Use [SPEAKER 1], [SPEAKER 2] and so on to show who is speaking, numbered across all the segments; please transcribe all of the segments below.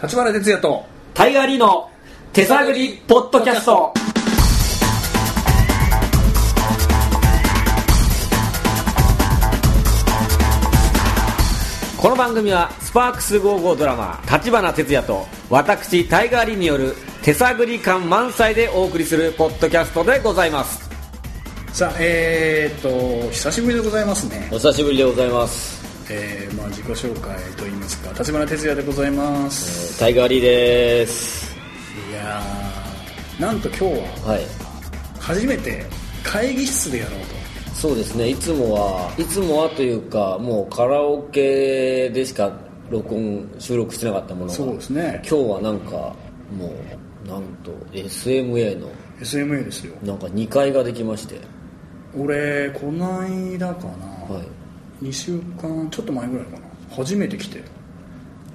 [SPEAKER 1] 立花哲也と
[SPEAKER 2] タイガーリーの手探りポッドキャスト。この番組はスパークス55ドラマ立花哲也と私タイガーリーによる手探り感満載でお送りするポッドキャストでございます。
[SPEAKER 1] さあえー、っと久しぶりでございますね
[SPEAKER 2] お久しぶりでございます。
[SPEAKER 1] えー、まあ自己紹介といいますか立花哲也でございます、
[SPEAKER 2] タイガーリーです。
[SPEAKER 1] いやーなんと今日は
[SPEAKER 2] はい。
[SPEAKER 1] 初めて会議室でやろう
[SPEAKER 2] そうですねいつもはいつもはというかもうカラオケでしか録音収録してなかったもの
[SPEAKER 1] と
[SPEAKER 2] が
[SPEAKER 1] そうですね
[SPEAKER 2] 今日はなんかもうなんと SMA の
[SPEAKER 1] SMA ですよ
[SPEAKER 2] なんか2階ができまして
[SPEAKER 1] 俺こないだかな、
[SPEAKER 2] はい
[SPEAKER 1] 2週間ちょっと前ぐらいかな初めて来て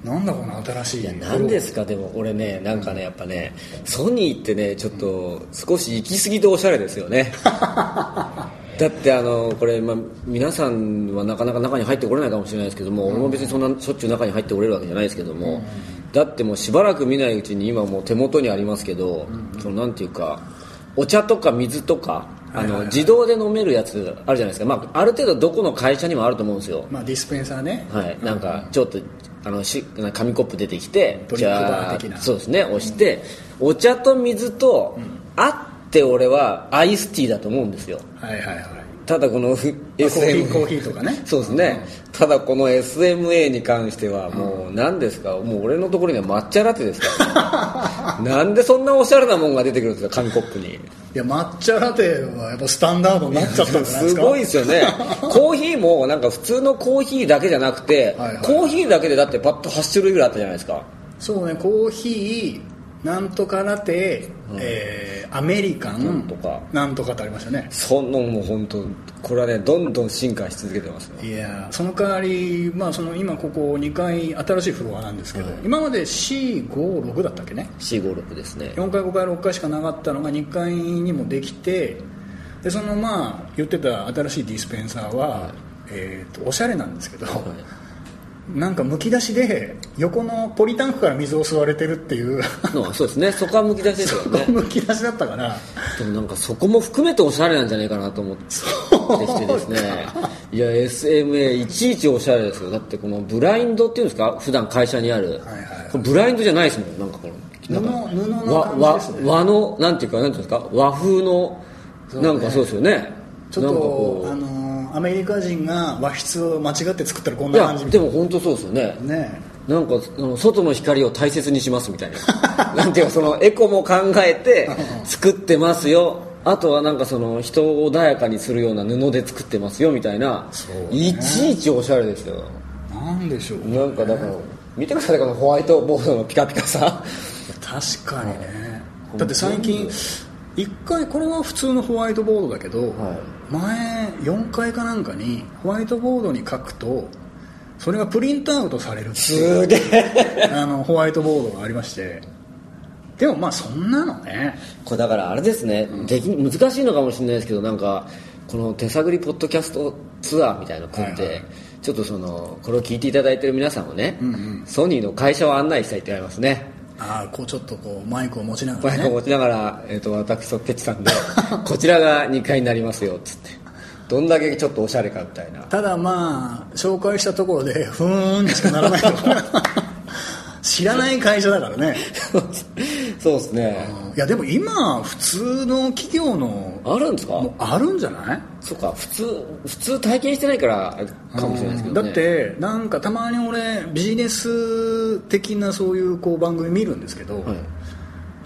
[SPEAKER 1] なんだこの新しい
[SPEAKER 2] いや何ですかでも俺ねなんかねやっぱねソニーってねちょっと少し行き過ぎておしゃれです よねだってあのこれ、まあ、皆さんはなかなか中に入ってこれないかもしれないですけども、俺も別にそんなしょっちゅう中に入ってこれるわけじゃないですけども、だってもうしばらく見ないうちに今もう手元にありますけど、そのなんていうかお茶とか水とかあ
[SPEAKER 1] はいはいは
[SPEAKER 2] の
[SPEAKER 1] い
[SPEAKER 2] 自動で飲めるやつあるじゃないですか、まあ、ある程度どこの会社にもあると思うんですよ、
[SPEAKER 1] まあディスペンサーね
[SPEAKER 2] はい、なんかちょっとあのし紙コップ出てきて
[SPEAKER 1] ドリンクバー的な
[SPEAKER 2] じゃあそうですね押して、お茶と水と、あって俺はアイスティーだと思うんですよ
[SPEAKER 1] はいはいはい、
[SPEAKER 2] ただこ の
[SPEAKER 1] ま
[SPEAKER 2] SM
[SPEAKER 1] あコーヒーコーヒーとかね
[SPEAKER 2] そうですね、ただこの SMA に関してはもう何ですか、もう俺のところには抹茶ラテですから、 ね、なんでそんなおしゃれなもんが出てくるんですか紙コップに
[SPEAKER 1] いや抹茶ラテはやっぱスタンダードになっちゃったんじゃないですすか
[SPEAKER 2] ごいですよねコーヒーもなんか普通のコーヒーだけじゃなくて、
[SPEAKER 1] はいはい
[SPEAKER 2] コーヒーだけでだってパッと8種類ぐらいあったじゃないですか
[SPEAKER 1] そうねコーヒーなんとかラテ、えーアメリカン
[SPEAKER 2] なんとか
[SPEAKER 1] なんとかってありましたね
[SPEAKER 2] そのもう本当これはねどんどん進化し続けてますね
[SPEAKER 1] いやーその代わり、まあ、その今ここ2階新しいフロアなんですけど、今まで456だったっけね
[SPEAKER 2] C56 ですね
[SPEAKER 1] 4階5階6階しかなかったのが2階にもできてでそのまあ言ってた新しいディスペンサーは、えーとおしゃれなんですけど、なんかむき出しで横のポリタンクから水を吸われてるっていう
[SPEAKER 2] の そうですねそこはむき出しですよね
[SPEAKER 1] むき出しだったから
[SPEAKER 2] でもなんかそこも含めておしゃれなんじゃないかなと思ってきてですねいや SMA いちいちおしゃれですよだってこのブラインドっていうんですか普段会社にある、
[SPEAKER 1] はいはい
[SPEAKER 2] これブラインドじゃないですもんなんかこの
[SPEAKER 1] 布布の
[SPEAKER 2] わ
[SPEAKER 1] 感
[SPEAKER 2] わ
[SPEAKER 1] じですね
[SPEAKER 2] 和のなんていうかなんていうんですか和風のなんかそうですよね
[SPEAKER 1] ちょっ
[SPEAKER 2] なんか
[SPEAKER 1] と
[SPEAKER 2] こう
[SPEAKER 1] あのーアメリカ人が和室を間違って作ったらこん
[SPEAKER 2] い
[SPEAKER 1] な
[SPEAKER 2] や
[SPEAKER 1] 感じみた
[SPEAKER 2] で
[SPEAKER 1] い
[SPEAKER 2] も本当そうですよね
[SPEAKER 1] なね
[SPEAKER 2] なんかあの外の光を大切にしますみたいな なんていうかそのエコも考えて作ってますよあとはなんかその人を穏やかにするような布で作ってますよみたいな、
[SPEAKER 1] そうね
[SPEAKER 2] いちいちおしゃれですよ
[SPEAKER 1] なんでしょう
[SPEAKER 2] なんかだから見てくださいこのホワイトボードのピカピカさ
[SPEAKER 1] 確かにねだって最近一回これは普通のホワイトボードだけど、
[SPEAKER 2] は
[SPEAKER 1] 前4階かなんかにホワイトボードに書くとそれがプリントアウトされるっていう
[SPEAKER 2] すげえ
[SPEAKER 1] あのホワイトボードがありましてでもまあそんなのね
[SPEAKER 2] これだからあれですね、でき難しいのかもしれないですけどなんかこの手探りポッドキャストツアーみたいなの組んで、
[SPEAKER 1] はいはい
[SPEAKER 2] ちょっとそのこれを聞いていただいてる皆さんをね、ソニーの会社を案内したいって言われますね
[SPEAKER 1] ああこうちょっとこうマイクを持ちなが
[SPEAKER 2] バ
[SPEAKER 1] ら
[SPEAKER 2] イクを
[SPEAKER 1] ね
[SPEAKER 2] 持ちながら、えー、と私とテチさんで こちらが2階になりますよっつってどんだけちょっとおしゃれかみたいな
[SPEAKER 1] ただまあ紹介したところでふーんにしかならないと か知らない会社だからね
[SPEAKER 2] そうですね
[SPEAKER 1] いやでも今普通の企業の
[SPEAKER 2] あるんですか
[SPEAKER 1] もうあるんじゃない
[SPEAKER 2] そっか普通普通体験してないからあれかもしれないですけ
[SPEAKER 1] だ
[SPEAKER 2] ど、ね、
[SPEAKER 1] ってなんかたまに俺ビジネス的なそういうこう番組見るんですけど、
[SPEAKER 2] はい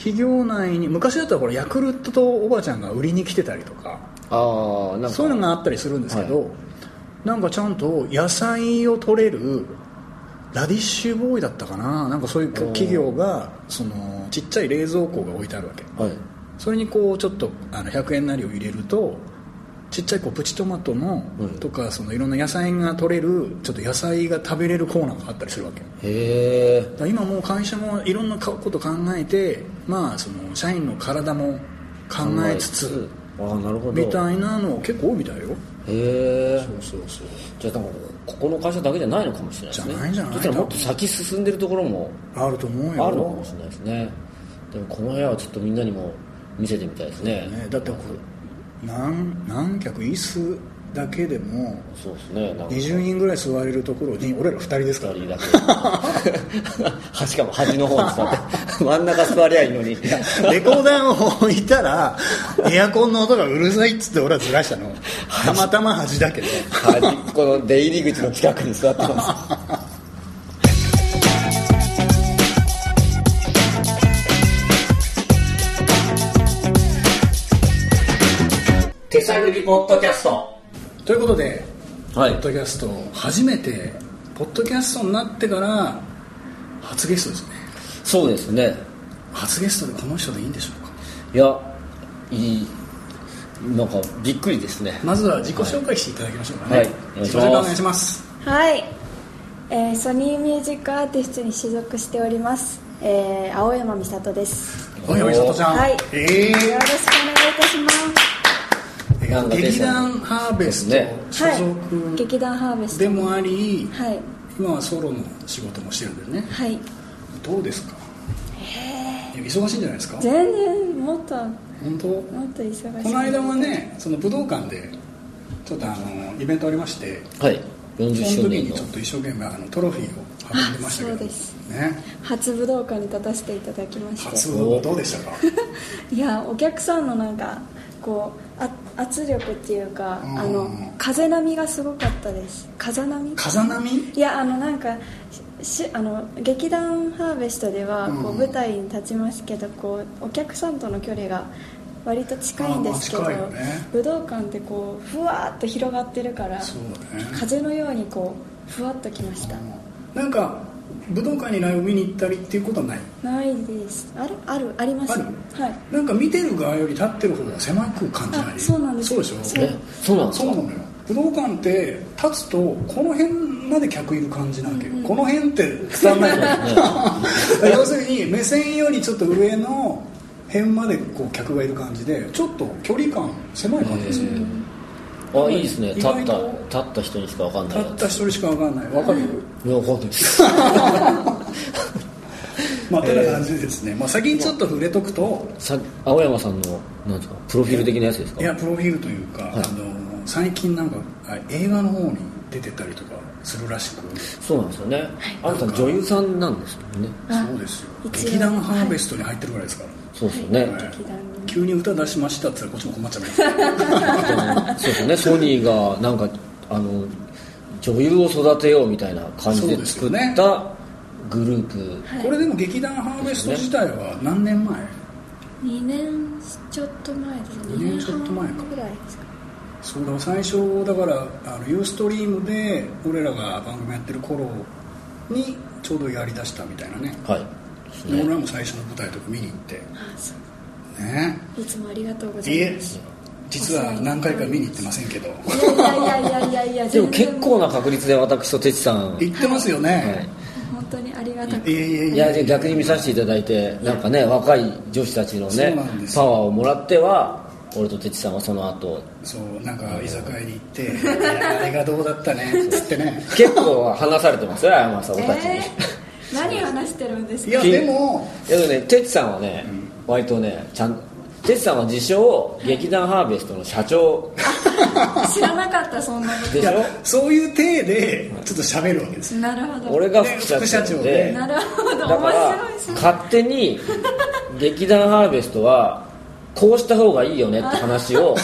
[SPEAKER 1] 企業内に昔だったらこれヤクルトとおばちゃんが売りに来てたりとか
[SPEAKER 2] ああなんか
[SPEAKER 1] そういうのがあったりするんですけど、なんかちゃんと野菜を取れるラディッシュボーイだったかななんかそういう企業がそのちっちゃい冷蔵庫が置いてあるわけ
[SPEAKER 2] はい
[SPEAKER 1] それにこうちょっとあの100円なりを入れるとちっちゃいこうプチトマトの
[SPEAKER 2] うん
[SPEAKER 1] とかそのいろんな野菜が取れるちょっと野菜が食べれるコーナーがあったりするわけだか
[SPEAKER 2] へえ
[SPEAKER 1] ら今もう会社もいろんなこと考えてまあその社員の体も考えつつ
[SPEAKER 2] ああなるほど
[SPEAKER 1] みたいなの結構多いみたいよ
[SPEAKER 2] へえ
[SPEAKER 1] そうそう
[SPEAKER 2] じゃあ多分ここの会社だけじゃないのかもしれないです
[SPEAKER 1] じ
[SPEAKER 2] ね
[SPEAKER 1] ゃないんじゃない
[SPEAKER 2] そしたらもっと先進んでるところも
[SPEAKER 1] あると思うよ
[SPEAKER 2] あるのかもしれないですねでもこの部屋はちょっとみんなにも見せてみたいですね
[SPEAKER 1] ね、だってこれ何何客椅子だけでも
[SPEAKER 2] そうですねなんか
[SPEAKER 1] 20人ぐらい座れるところに俺ら2人ですから
[SPEAKER 2] 二人 だけ端かも端の方に座って真ん中座りゃいいのに
[SPEAKER 1] レコーダーを置いたらエアコンの音がうるさいっつって俺はずらしたのたまたま端だけど
[SPEAKER 2] 端っこの出入り口の近くに座ってます手探りポッドキャスト
[SPEAKER 1] ということで、
[SPEAKER 2] はい
[SPEAKER 1] ポッドキャスト初めてポッドキャストになってから初ゲストですね
[SPEAKER 2] そうですね
[SPEAKER 1] 初ゲストでこの人でいいんでしょうか
[SPEAKER 2] いやいいなんかびっくりですね
[SPEAKER 1] まずは自己紹介していただきましょうかね、
[SPEAKER 2] はい
[SPEAKER 1] 自己紹介お願いします
[SPEAKER 3] はい、えーソニーミュージックアーティストに所属しております、えー青山美里です
[SPEAKER 1] おいおいさとちゃん、
[SPEAKER 3] はい、
[SPEAKER 1] え
[SPEAKER 3] よろ
[SPEAKER 1] ー
[SPEAKER 3] しくお願いいたします
[SPEAKER 1] えー
[SPEAKER 2] なんか出
[SPEAKER 1] 劇
[SPEAKER 2] てた
[SPEAKER 1] 団
[SPEAKER 2] ね
[SPEAKER 1] ハーベスト所
[SPEAKER 3] はい
[SPEAKER 1] 属
[SPEAKER 3] 劇団ハーベスト
[SPEAKER 1] でもあり、
[SPEAKER 3] はい
[SPEAKER 1] 今はソロの仕事もしてるんだよね
[SPEAKER 3] はい
[SPEAKER 1] どうですかいや忙しいんじゃないですか
[SPEAKER 3] 全然もっと
[SPEAKER 1] 本当
[SPEAKER 3] もっと忙しい
[SPEAKER 1] この間はねその武道館でちょっとあのイベントありまして
[SPEAKER 2] はい40
[SPEAKER 1] その
[SPEAKER 2] 周
[SPEAKER 1] 時
[SPEAKER 2] 年
[SPEAKER 1] に
[SPEAKER 2] の
[SPEAKER 1] ちょっと一生懸命あのトロフィーを運んでましたけど
[SPEAKER 3] あそうです
[SPEAKER 1] ね
[SPEAKER 3] 初武道館に立たせていただきまして
[SPEAKER 1] 初はどうでしたか
[SPEAKER 3] いやお客さんのなんかこうあ圧力っていうか
[SPEAKER 1] うん
[SPEAKER 3] あの風波がすごかったです風波
[SPEAKER 1] 風波
[SPEAKER 3] いやあのなんかししあの劇団ハーベストではこ
[SPEAKER 1] う
[SPEAKER 3] うん舞台に立ちますけど、こうお客さんとの距離が割と近いんですけ
[SPEAKER 1] あ
[SPEAKER 3] ど、
[SPEAKER 1] まあ近いよね
[SPEAKER 3] 武道館ってこうふわーっと広がってるから
[SPEAKER 1] そうだね
[SPEAKER 3] 風のようにこうふわっときました、
[SPEAKER 1] なんか武道館にライブ見に行ったりっていうことはない
[SPEAKER 3] ないですあるあるあります
[SPEAKER 1] ある
[SPEAKER 3] はい
[SPEAKER 1] なんか見てる側より立ってる方が狭く感じない
[SPEAKER 3] あそうなんです
[SPEAKER 1] そうでしょ
[SPEAKER 3] そ
[SPEAKER 2] えそうなんです
[SPEAKER 1] そ
[SPEAKER 2] か
[SPEAKER 1] うなのよ武道館って立つとこの辺まで客いる感じなわけよ、この辺って伝わんないのよ 要するに目線よりちょっと上の辺までこう客がいる感じでちょっと距離感狭い感じですね
[SPEAKER 2] あいいですね立った
[SPEAKER 1] 意
[SPEAKER 2] 立
[SPEAKER 1] 外と
[SPEAKER 2] った人にしか分かんない
[SPEAKER 1] た
[SPEAKER 2] や
[SPEAKER 1] った
[SPEAKER 2] つ
[SPEAKER 1] 一人しか分かんない分かる、
[SPEAKER 2] いや分かんないです
[SPEAKER 1] まあてな感じですね、まあ、先にちょっと触れとくと
[SPEAKER 2] さ青山さんのなんですかプロフィール的なやつですか
[SPEAKER 1] いやプロフィールというか、
[SPEAKER 2] い
[SPEAKER 1] あの最近なんかあ映画の方に出てたりとかするらしく
[SPEAKER 2] そうなんですよねあなた女優さんなんですよね
[SPEAKER 3] あ
[SPEAKER 1] そうですよ
[SPEAKER 3] 一応
[SPEAKER 1] 劇団ハーベストに入ってるぐらいですから、
[SPEAKER 2] そうですよね、
[SPEAKER 1] はい
[SPEAKER 3] 劇団に
[SPEAKER 1] 急に歌出しましたって言ったらこっちも困っちゃうね
[SPEAKER 2] そうですよねソニーがなんかあの女優を育てようみたいな感じで作
[SPEAKER 1] そう
[SPEAKER 2] っ
[SPEAKER 1] です
[SPEAKER 2] たグループ、
[SPEAKER 3] はい
[SPEAKER 1] これでも劇団ハーベスト自体は何年前
[SPEAKER 3] 2年ちょっと前ですね
[SPEAKER 1] 二年ちょっと前か
[SPEAKER 3] 二年半ぐらいですか
[SPEAKER 1] そうだ最初だからあのユーストリームで俺らが番組やってる頃にちょうどやりだしたみたいなね
[SPEAKER 2] はい
[SPEAKER 1] で俺らも最初の舞台とか見に行って
[SPEAKER 3] あそう
[SPEAKER 1] ね
[SPEAKER 3] いつもありがとうござ
[SPEAKER 1] い
[SPEAKER 3] い
[SPEAKER 1] え
[SPEAKER 3] ます。
[SPEAKER 1] 実は何回か見に行ってませんけど
[SPEAKER 3] いやいやいやいやいや、
[SPEAKER 2] でも結構
[SPEAKER 3] な。
[SPEAKER 2] な確率で私と哲さん、はい
[SPEAKER 1] 行ってますよね、
[SPEAKER 3] 本当にありがたく。
[SPEAKER 1] い、えいえいえ
[SPEAKER 2] いや逆に見させていただいてなんかね若い女子たちの
[SPEAKER 1] そう
[SPEAKER 2] ね
[SPEAKER 1] なんです
[SPEAKER 2] パワーをもらっては俺と哲さんはその後
[SPEAKER 1] そうなんか居酒屋に行っていや「あれがどうだったね」っつって ね
[SPEAKER 2] 結構話されてますよ山さんおたちに、
[SPEAKER 3] えー、何話してるんです
[SPEAKER 1] い
[SPEAKER 3] か。
[SPEAKER 1] やでも
[SPEAKER 2] いやでもね哲さんはね、割とねちゃん哲さんは自称劇団ハーベストの社長
[SPEAKER 3] 知らなかった、そんなこ
[SPEAKER 2] で
[SPEAKER 1] い
[SPEAKER 2] し
[SPEAKER 1] や
[SPEAKER 2] ょ
[SPEAKER 1] そういう体でちょっと喋るわけです
[SPEAKER 3] と。なるほど。
[SPEAKER 2] 俺が副社
[SPEAKER 1] 副社
[SPEAKER 2] 長
[SPEAKER 1] 長
[SPEAKER 2] で
[SPEAKER 1] で
[SPEAKER 3] なるほど、
[SPEAKER 2] だか
[SPEAKER 3] 面
[SPEAKER 2] ら
[SPEAKER 3] 白いですね。
[SPEAKER 2] 勝手に劇団ハーベストはこうした方がいいよねって 話を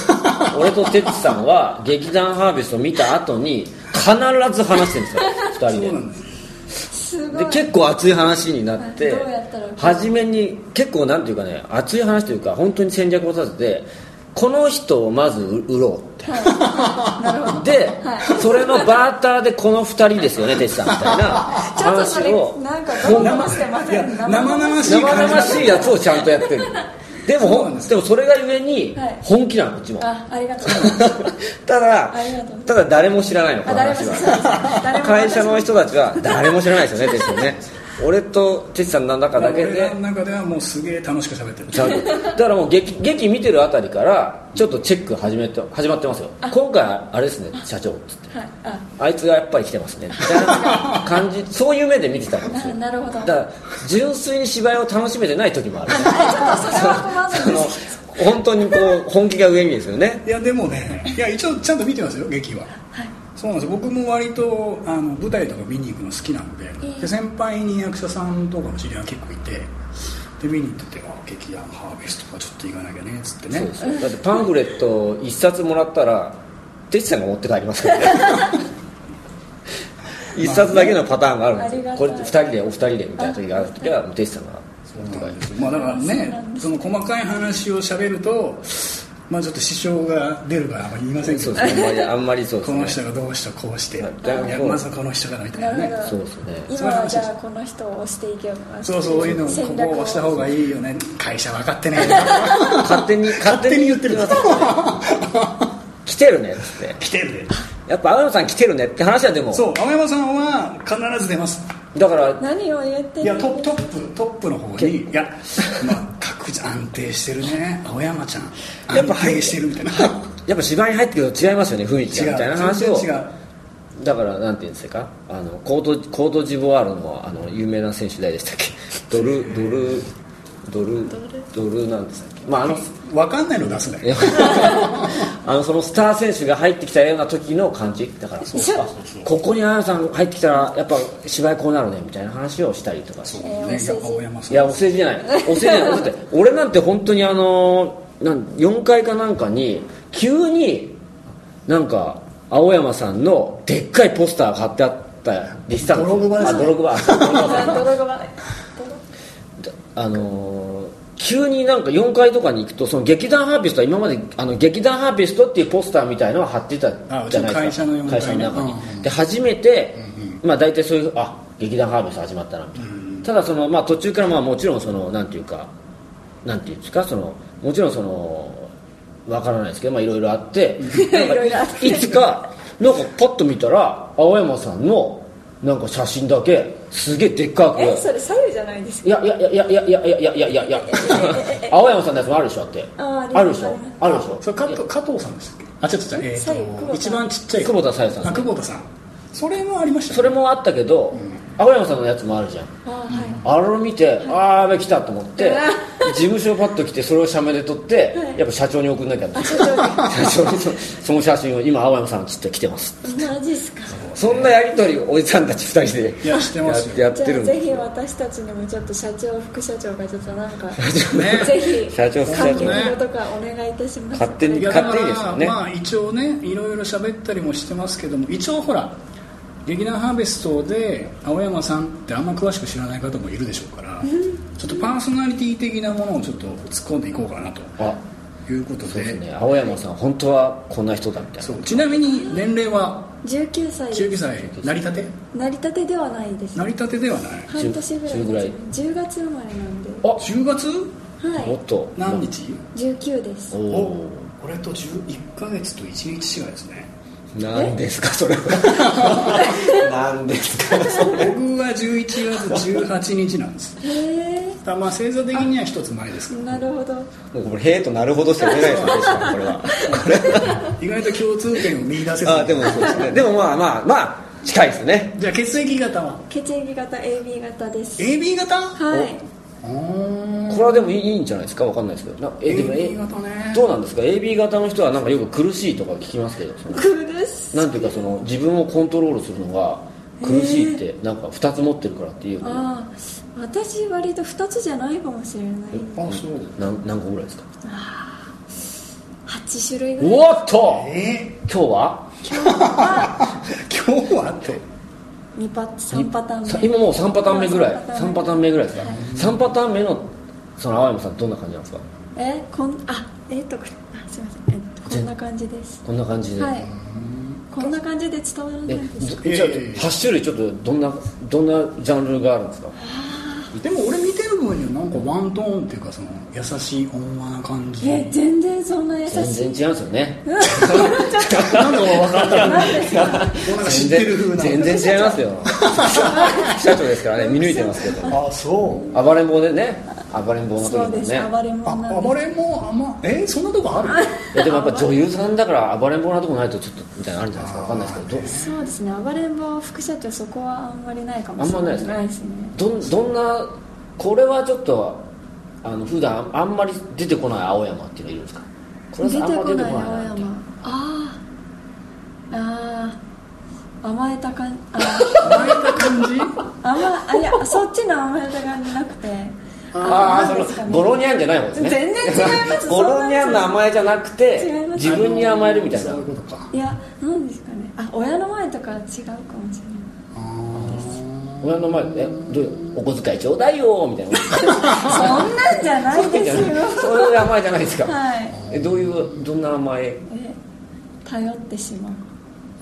[SPEAKER 2] 俺と哲さんは劇団ハーベストを見た後に必ず話してるんですよ
[SPEAKER 1] そうな
[SPEAKER 2] 2
[SPEAKER 1] ん
[SPEAKER 2] 人
[SPEAKER 1] です
[SPEAKER 3] すご
[SPEAKER 2] で
[SPEAKER 3] い。
[SPEAKER 2] で結構熱い話になって
[SPEAKER 3] どうやったら
[SPEAKER 2] 初めに結構なんていうかね熱い話というか本当に戦略を立ててこの人をまず売ろうって
[SPEAKER 3] はいなるほど。
[SPEAKER 2] で、
[SPEAKER 3] はい
[SPEAKER 2] それのバーターでこの2人ですよね哲さんみたいな
[SPEAKER 3] ちょっとそ
[SPEAKER 2] 話
[SPEAKER 3] れ
[SPEAKER 2] を、
[SPEAKER 3] なんか、どう話してま
[SPEAKER 1] い
[SPEAKER 3] せ
[SPEAKER 1] や
[SPEAKER 3] ん。
[SPEAKER 1] 生々しい
[SPEAKER 2] 生
[SPEAKER 1] 感
[SPEAKER 2] 々
[SPEAKER 1] じ
[SPEAKER 2] しいやつをちゃんとや ってるで
[SPEAKER 1] そ
[SPEAKER 2] も
[SPEAKER 1] う
[SPEAKER 2] ほ
[SPEAKER 1] なん
[SPEAKER 2] ん
[SPEAKER 1] です
[SPEAKER 2] でもそれがゆえに
[SPEAKER 3] はい
[SPEAKER 2] 本気なのこっちも
[SPEAKER 3] あ、ありがとうございます。
[SPEAKER 2] ただ
[SPEAKER 3] ありがとう
[SPEAKER 2] ただ誰も知らないのこ
[SPEAKER 3] あ、
[SPEAKER 2] の
[SPEAKER 3] 誰も
[SPEAKER 2] 話
[SPEAKER 3] 知ら
[SPEAKER 2] は
[SPEAKER 3] ない。誰も
[SPEAKER 2] 会社の人たちは誰も知らないですよねですよね俺とチェチさんの中だけ
[SPEAKER 1] 俺
[SPEAKER 2] で
[SPEAKER 1] らの中ではもうすげえ楽しく喋ってる
[SPEAKER 2] ちゃうだからもう劇劇見てるあたりからちょっとチェック始めて始まってますよ今回あれですね社長っつって
[SPEAKER 3] はいあ
[SPEAKER 2] あいつがやっぱり来てますねみたいな感じそういう目で見てたんです
[SPEAKER 3] な
[SPEAKER 2] よ
[SPEAKER 3] なるほど
[SPEAKER 2] だから純粋に芝居を楽しめてない時も あるあの本当にこう本気が上にですよね
[SPEAKER 1] いやでもねいや一応ちゃんと見てますよ劇は、そうなんですよ僕も割とあの舞台とか見に行くの好きなんで,、
[SPEAKER 3] ええ
[SPEAKER 1] で先輩に役者さんとかの知り合いが結構いてで見に行ってて「あ劇団ハーベストかちょっと行かなきゃね」っつってね
[SPEAKER 2] そうですよだってパンフレット一冊もらったら哲司さんが持って帰りますから ね一冊だけのパターンがあるんですよ、
[SPEAKER 3] ありが
[SPEAKER 2] こ
[SPEAKER 3] た
[SPEAKER 2] れ二人
[SPEAKER 3] い
[SPEAKER 2] でお二人でみたいな時がある時はもう哲司さんが
[SPEAKER 1] そう
[SPEAKER 2] 持って
[SPEAKER 1] な
[SPEAKER 2] 帰
[SPEAKER 1] ん
[SPEAKER 2] る
[SPEAKER 1] ですよまあだからねその細かい話を喋るとまあちょっと支障が出るからあんまり言いませんけ
[SPEAKER 2] そ
[SPEAKER 1] ど
[SPEAKER 2] うですねあんまりあんまりそうです
[SPEAKER 1] こ
[SPEAKER 2] ね
[SPEAKER 1] の人がどうしたこうして、
[SPEAKER 2] はい
[SPEAKER 1] いやまずはこの人がみたいなね
[SPEAKER 3] なるほど
[SPEAKER 2] そうですね
[SPEAKER 3] 今はじゃあこの人を押していけば
[SPEAKER 1] そうそういうの
[SPEAKER 3] 戦
[SPEAKER 1] こ
[SPEAKER 3] 略
[SPEAKER 1] こを押した方がいいよね会社分かってねえ
[SPEAKER 2] 勝手に勝
[SPEAKER 1] 勝手に言ってる
[SPEAKER 2] ます 来てるねっつって
[SPEAKER 1] 来てるで
[SPEAKER 2] やっぱ青山さん来てるねって話はでも
[SPEAKER 1] そう青山さんは必ず出ます
[SPEAKER 2] だから
[SPEAKER 3] 何を言って
[SPEAKER 1] いやト
[SPEAKER 3] る
[SPEAKER 1] トップトップの方にいやまあ確実安定してるね青山ちゃん
[SPEAKER 2] やっぱ
[SPEAKER 1] 安定してるみたいな
[SPEAKER 2] やっぱ芝居に入ってくると違いますよね雰囲気
[SPEAKER 1] 違
[SPEAKER 2] が
[SPEAKER 1] う
[SPEAKER 2] みたいな話
[SPEAKER 1] 全
[SPEAKER 2] を
[SPEAKER 1] 然違う
[SPEAKER 2] だからなんて言うんですかあのコートコートジボワールのあの有名な選手誰でしたっけドルドルドルドルなんですたっけまああ の
[SPEAKER 1] 分かんないの出すね
[SPEAKER 2] いやあのそのスター選手が入ってきたような時の感じだから
[SPEAKER 1] そう
[SPEAKER 2] あここにあやさん入ってきたらやっぱ芝居こうなるねみたいな話をしたりとか
[SPEAKER 1] そう
[SPEAKER 3] えーお
[SPEAKER 1] ね
[SPEAKER 3] 世
[SPEAKER 1] い
[SPEAKER 3] 辞
[SPEAKER 1] や青山さん
[SPEAKER 2] いやお世辞じゃないお世辞じゃないお世 辞じゃない俺なんて本当にあのなん4階かなんかに急になんか青山さんのでっかいポスターが貼ってあったりしたの
[SPEAKER 1] ブログバです
[SPEAKER 2] あ
[SPEAKER 1] ね
[SPEAKER 2] ブログバ
[SPEAKER 3] 泥が悪い
[SPEAKER 2] あのー急になんか4階とかに行くとその劇団ハーベストは今まであの劇団ハーベストっていうポスターみたいのは貼ってた
[SPEAKER 1] あうち
[SPEAKER 2] じゃ
[SPEAKER 1] の
[SPEAKER 2] な
[SPEAKER 1] 会
[SPEAKER 2] いです
[SPEAKER 1] 社
[SPEAKER 2] か
[SPEAKER 1] の4階ね
[SPEAKER 2] 会社の中に、
[SPEAKER 1] うんうん
[SPEAKER 2] で初めて、まあ、大体そういうあ劇団ハーベスト始まったなみたいな、ただその、まあ、途中からまあもちろんそのなんていうかなんていうんですかそのもちろんそのわからないですけどまあいろいろ あってなんか
[SPEAKER 3] いろいろあって
[SPEAKER 2] いつかなんかパッと見たら青山さんのなんか写真だけすげえでっかく
[SPEAKER 3] えそれ左右じゃないです
[SPEAKER 2] い
[SPEAKER 3] か
[SPEAKER 2] やいやいやいやいやいやいやいやいやいや青山さんのやつもあるでしょだって
[SPEAKER 3] あーあります
[SPEAKER 2] あるでしょあるでしょ
[SPEAKER 1] それ加藤加藤さんでしたっけあちょっと違うえ
[SPEAKER 3] 最後
[SPEAKER 1] ー
[SPEAKER 3] 久保
[SPEAKER 1] と
[SPEAKER 3] 田
[SPEAKER 1] 一番ちっちゃい
[SPEAKER 2] 久保田紗友さん
[SPEAKER 1] あ久保田さんそれもありました
[SPEAKER 2] それもあったけど、青山さんのやつもあるじゃん
[SPEAKER 3] あは
[SPEAKER 2] あれを見て、ああやべ来たと思って
[SPEAKER 3] うわ
[SPEAKER 2] 事務所パッと来てそれを社名で撮って、
[SPEAKER 3] はい
[SPEAKER 2] やっぱ社長に送んなきゃって
[SPEAKER 3] い社長
[SPEAKER 2] 社長にそその写真を今青山さんちょっと来てます
[SPEAKER 3] にマジっすか
[SPEAKER 2] そんなやり取りをおじさんたち2人で
[SPEAKER 1] いやしてますよ
[SPEAKER 2] ややっ
[SPEAKER 3] じ
[SPEAKER 2] て
[SPEAKER 3] ゃ
[SPEAKER 2] る
[SPEAKER 3] あ
[SPEAKER 2] んで
[SPEAKER 3] ぜ
[SPEAKER 2] す
[SPEAKER 3] ひ
[SPEAKER 2] よ
[SPEAKER 3] 私たちにもちょっと社長副社長がちょっとなんか
[SPEAKER 1] ね
[SPEAKER 3] ぜひ
[SPEAKER 2] 社長副社
[SPEAKER 1] 長
[SPEAKER 3] 感想とかお願いいたします
[SPEAKER 2] 勝手に
[SPEAKER 1] いやだ
[SPEAKER 2] 勝手にですよね
[SPEAKER 1] まあ一応ねいろいろ喋ったりもしてますけども一応ほら劇団ハーベストで青山さんってあんま詳しく知らない方もいるでしょうからちょっとパーソナリティ的なものをちょっと突っ込んでいこうかなと
[SPEAKER 2] あ
[SPEAKER 1] いうこと
[SPEAKER 2] そう
[SPEAKER 1] で
[SPEAKER 2] ですね青山さん本当はこんな人だみたいな
[SPEAKER 1] そうちなみに年齢は
[SPEAKER 3] 19歳です
[SPEAKER 1] 19歳成り立て
[SPEAKER 3] 成り立てではないです
[SPEAKER 1] 成り立てではない
[SPEAKER 3] 半年ぐらい
[SPEAKER 2] 10ぐらい
[SPEAKER 3] です10月生まれなんで
[SPEAKER 2] あ
[SPEAKER 1] 10月
[SPEAKER 3] は
[SPEAKER 2] もっ
[SPEAKER 3] い
[SPEAKER 2] と
[SPEAKER 1] 何日
[SPEAKER 3] 19です
[SPEAKER 1] お
[SPEAKER 2] おお
[SPEAKER 1] 俺と11ヶ月と1日違いですね
[SPEAKER 2] 何ですかそれ は何ですか
[SPEAKER 1] 僕は11月18日なんです
[SPEAKER 3] へえ
[SPEAKER 1] だ からまあ星座的には一つ前ですけど
[SPEAKER 3] なるほど
[SPEAKER 2] もうこれ「へえ」と「なるほど」しか出ないですよ確かにこ れは
[SPEAKER 1] 意外と共通点を見出せず
[SPEAKER 2] あでもそうですねでもまあまあまあ近いですね
[SPEAKER 1] じゃあ血液型は
[SPEAKER 3] 血液型 AB 型です
[SPEAKER 1] AB 型
[SPEAKER 3] はい
[SPEAKER 1] おー
[SPEAKER 2] これはでもいいんじゃないですかわかんないですけどなえでも
[SPEAKER 1] AB 型ね
[SPEAKER 2] どうなんですか AB 型の人はなんかよく苦しいとか聞きますけどその
[SPEAKER 3] 苦し
[SPEAKER 2] なんていうかその自分をコントロールするのが苦しいってなんか2つ持ってるからっていうな
[SPEAKER 3] ああ私割と2つじゃないかもしれない
[SPEAKER 1] あそう
[SPEAKER 2] 何何個ぐらいですか
[SPEAKER 3] 8種類ぐらい
[SPEAKER 2] おっと
[SPEAKER 1] え
[SPEAKER 2] 今日は
[SPEAKER 1] ー、 今日はって
[SPEAKER 3] 2パ3パターン目
[SPEAKER 2] 今もう3パターン目ぐらい
[SPEAKER 3] 三
[SPEAKER 2] 3パターン目ぐらいですか3パターン目のその青山さんどんな感じなんですか
[SPEAKER 3] えこんあえっとこれあすいませんえっとこんな感じです
[SPEAKER 2] こんな感じで、
[SPEAKER 3] はいこんな感じで伝わらな
[SPEAKER 2] え
[SPEAKER 3] いですか
[SPEAKER 1] え
[SPEAKER 2] じゃあ
[SPEAKER 1] ええ
[SPEAKER 2] 8種類ちょっとどんなどんなジャンルがあるんですか
[SPEAKER 1] でも俺見てる分にはなんかワントーンっていうかその優しい温和な感じ
[SPEAKER 3] え全然そんな優しい
[SPEAKER 2] 全然違うんですよね
[SPEAKER 1] なんで俺分かった
[SPEAKER 3] なんですか
[SPEAKER 1] なんか知ってる風な
[SPEAKER 2] 全然全然違いますよ社長ですからね見抜いてますけど
[SPEAKER 1] あそう
[SPEAKER 2] 暴れん坊でね暴れん坊の時
[SPEAKER 3] そう
[SPEAKER 2] も
[SPEAKER 3] です、
[SPEAKER 2] ね
[SPEAKER 3] 暴れん坊なん
[SPEAKER 1] あ
[SPEAKER 3] です
[SPEAKER 1] 暴れん坊あんまえそんなと こある
[SPEAKER 2] いやでもやっぱ女優さんだから暴れん坊なとこないとちょっとみたいなのあるんじゃないですかわかんないです
[SPEAKER 3] そうですね暴れん坊副社長そこはあんまりないかも
[SPEAKER 2] あん
[SPEAKER 3] し
[SPEAKER 2] ま
[SPEAKER 3] れ
[SPEAKER 2] な
[SPEAKER 3] ないい
[SPEAKER 2] ですね
[SPEAKER 3] で
[SPEAKER 2] け
[SPEAKER 3] すね
[SPEAKER 2] どどんどんなこれはちょっとあの普段あんまり出てこない青山っていうのいるんですかこれ
[SPEAKER 3] 出て
[SPEAKER 2] はあんま
[SPEAKER 3] こ
[SPEAKER 2] り
[SPEAKER 3] ない青
[SPEAKER 2] な
[SPEAKER 3] 山ああああ甘えた感あ
[SPEAKER 1] 甘えた感じ
[SPEAKER 3] ー甘あいやそっちの甘えた感じなくて
[SPEAKER 2] ああ
[SPEAKER 3] なんです
[SPEAKER 2] そ
[SPEAKER 3] か
[SPEAKER 2] の
[SPEAKER 3] ね
[SPEAKER 2] ゴロニャンじゃない方ですね
[SPEAKER 3] 全然違い ます
[SPEAKER 2] ゴロニャンの甘えじゃなく
[SPEAKER 3] 違
[SPEAKER 2] て
[SPEAKER 3] います
[SPEAKER 2] 自分に甘えるみたいな
[SPEAKER 1] そういうことか
[SPEAKER 3] いや何ですかねあ親の前とかは違うかもしれない
[SPEAKER 1] あー
[SPEAKER 2] 親の前でえどういうお小遣いちょうだいよみたいな
[SPEAKER 3] そんなんじゃないですよ
[SPEAKER 2] そういう甘えじゃないですか、
[SPEAKER 3] はい
[SPEAKER 2] えどういうどんな甘え
[SPEAKER 3] え頼ってしまう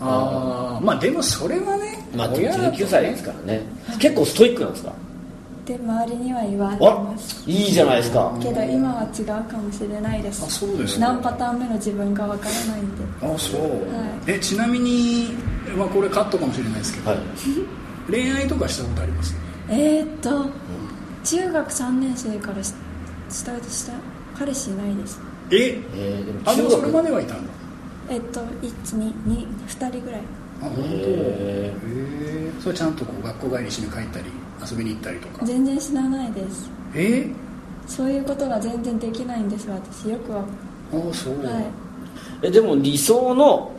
[SPEAKER 1] あーまあでもそれはね
[SPEAKER 2] まあでも
[SPEAKER 1] 親だとね
[SPEAKER 2] 19歳ですからね結構ストイックなんですか
[SPEAKER 3] で周りには言われ
[SPEAKER 2] あ
[SPEAKER 3] ます
[SPEAKER 2] いいじゃないですか
[SPEAKER 3] けど今は違うかもしれないです
[SPEAKER 1] あそうですね
[SPEAKER 3] 何パターン目の自分かわからないんで
[SPEAKER 1] あそう、
[SPEAKER 3] は
[SPEAKER 1] えちなみに、まあ、これカットかもしれないですけど、
[SPEAKER 2] はい
[SPEAKER 1] 恋愛とかしたことあります
[SPEAKER 3] えー、っと中学3年生からししたした彼氏いないです
[SPEAKER 1] え
[SPEAKER 2] えー、でも
[SPEAKER 1] あで
[SPEAKER 2] 中
[SPEAKER 1] も
[SPEAKER 2] 学
[SPEAKER 1] それまではいたんだ
[SPEAKER 3] えっと1222人ぐらい
[SPEAKER 1] あ本当へ
[SPEAKER 2] へえ
[SPEAKER 1] えそれちゃんとこう学校帰りしに帰ったり遊びに行ったりとか
[SPEAKER 3] 全然知らないです
[SPEAKER 1] え
[SPEAKER 3] そういうことが全然できないんです私よくは
[SPEAKER 1] あそう、
[SPEAKER 3] はい
[SPEAKER 2] えでも理想の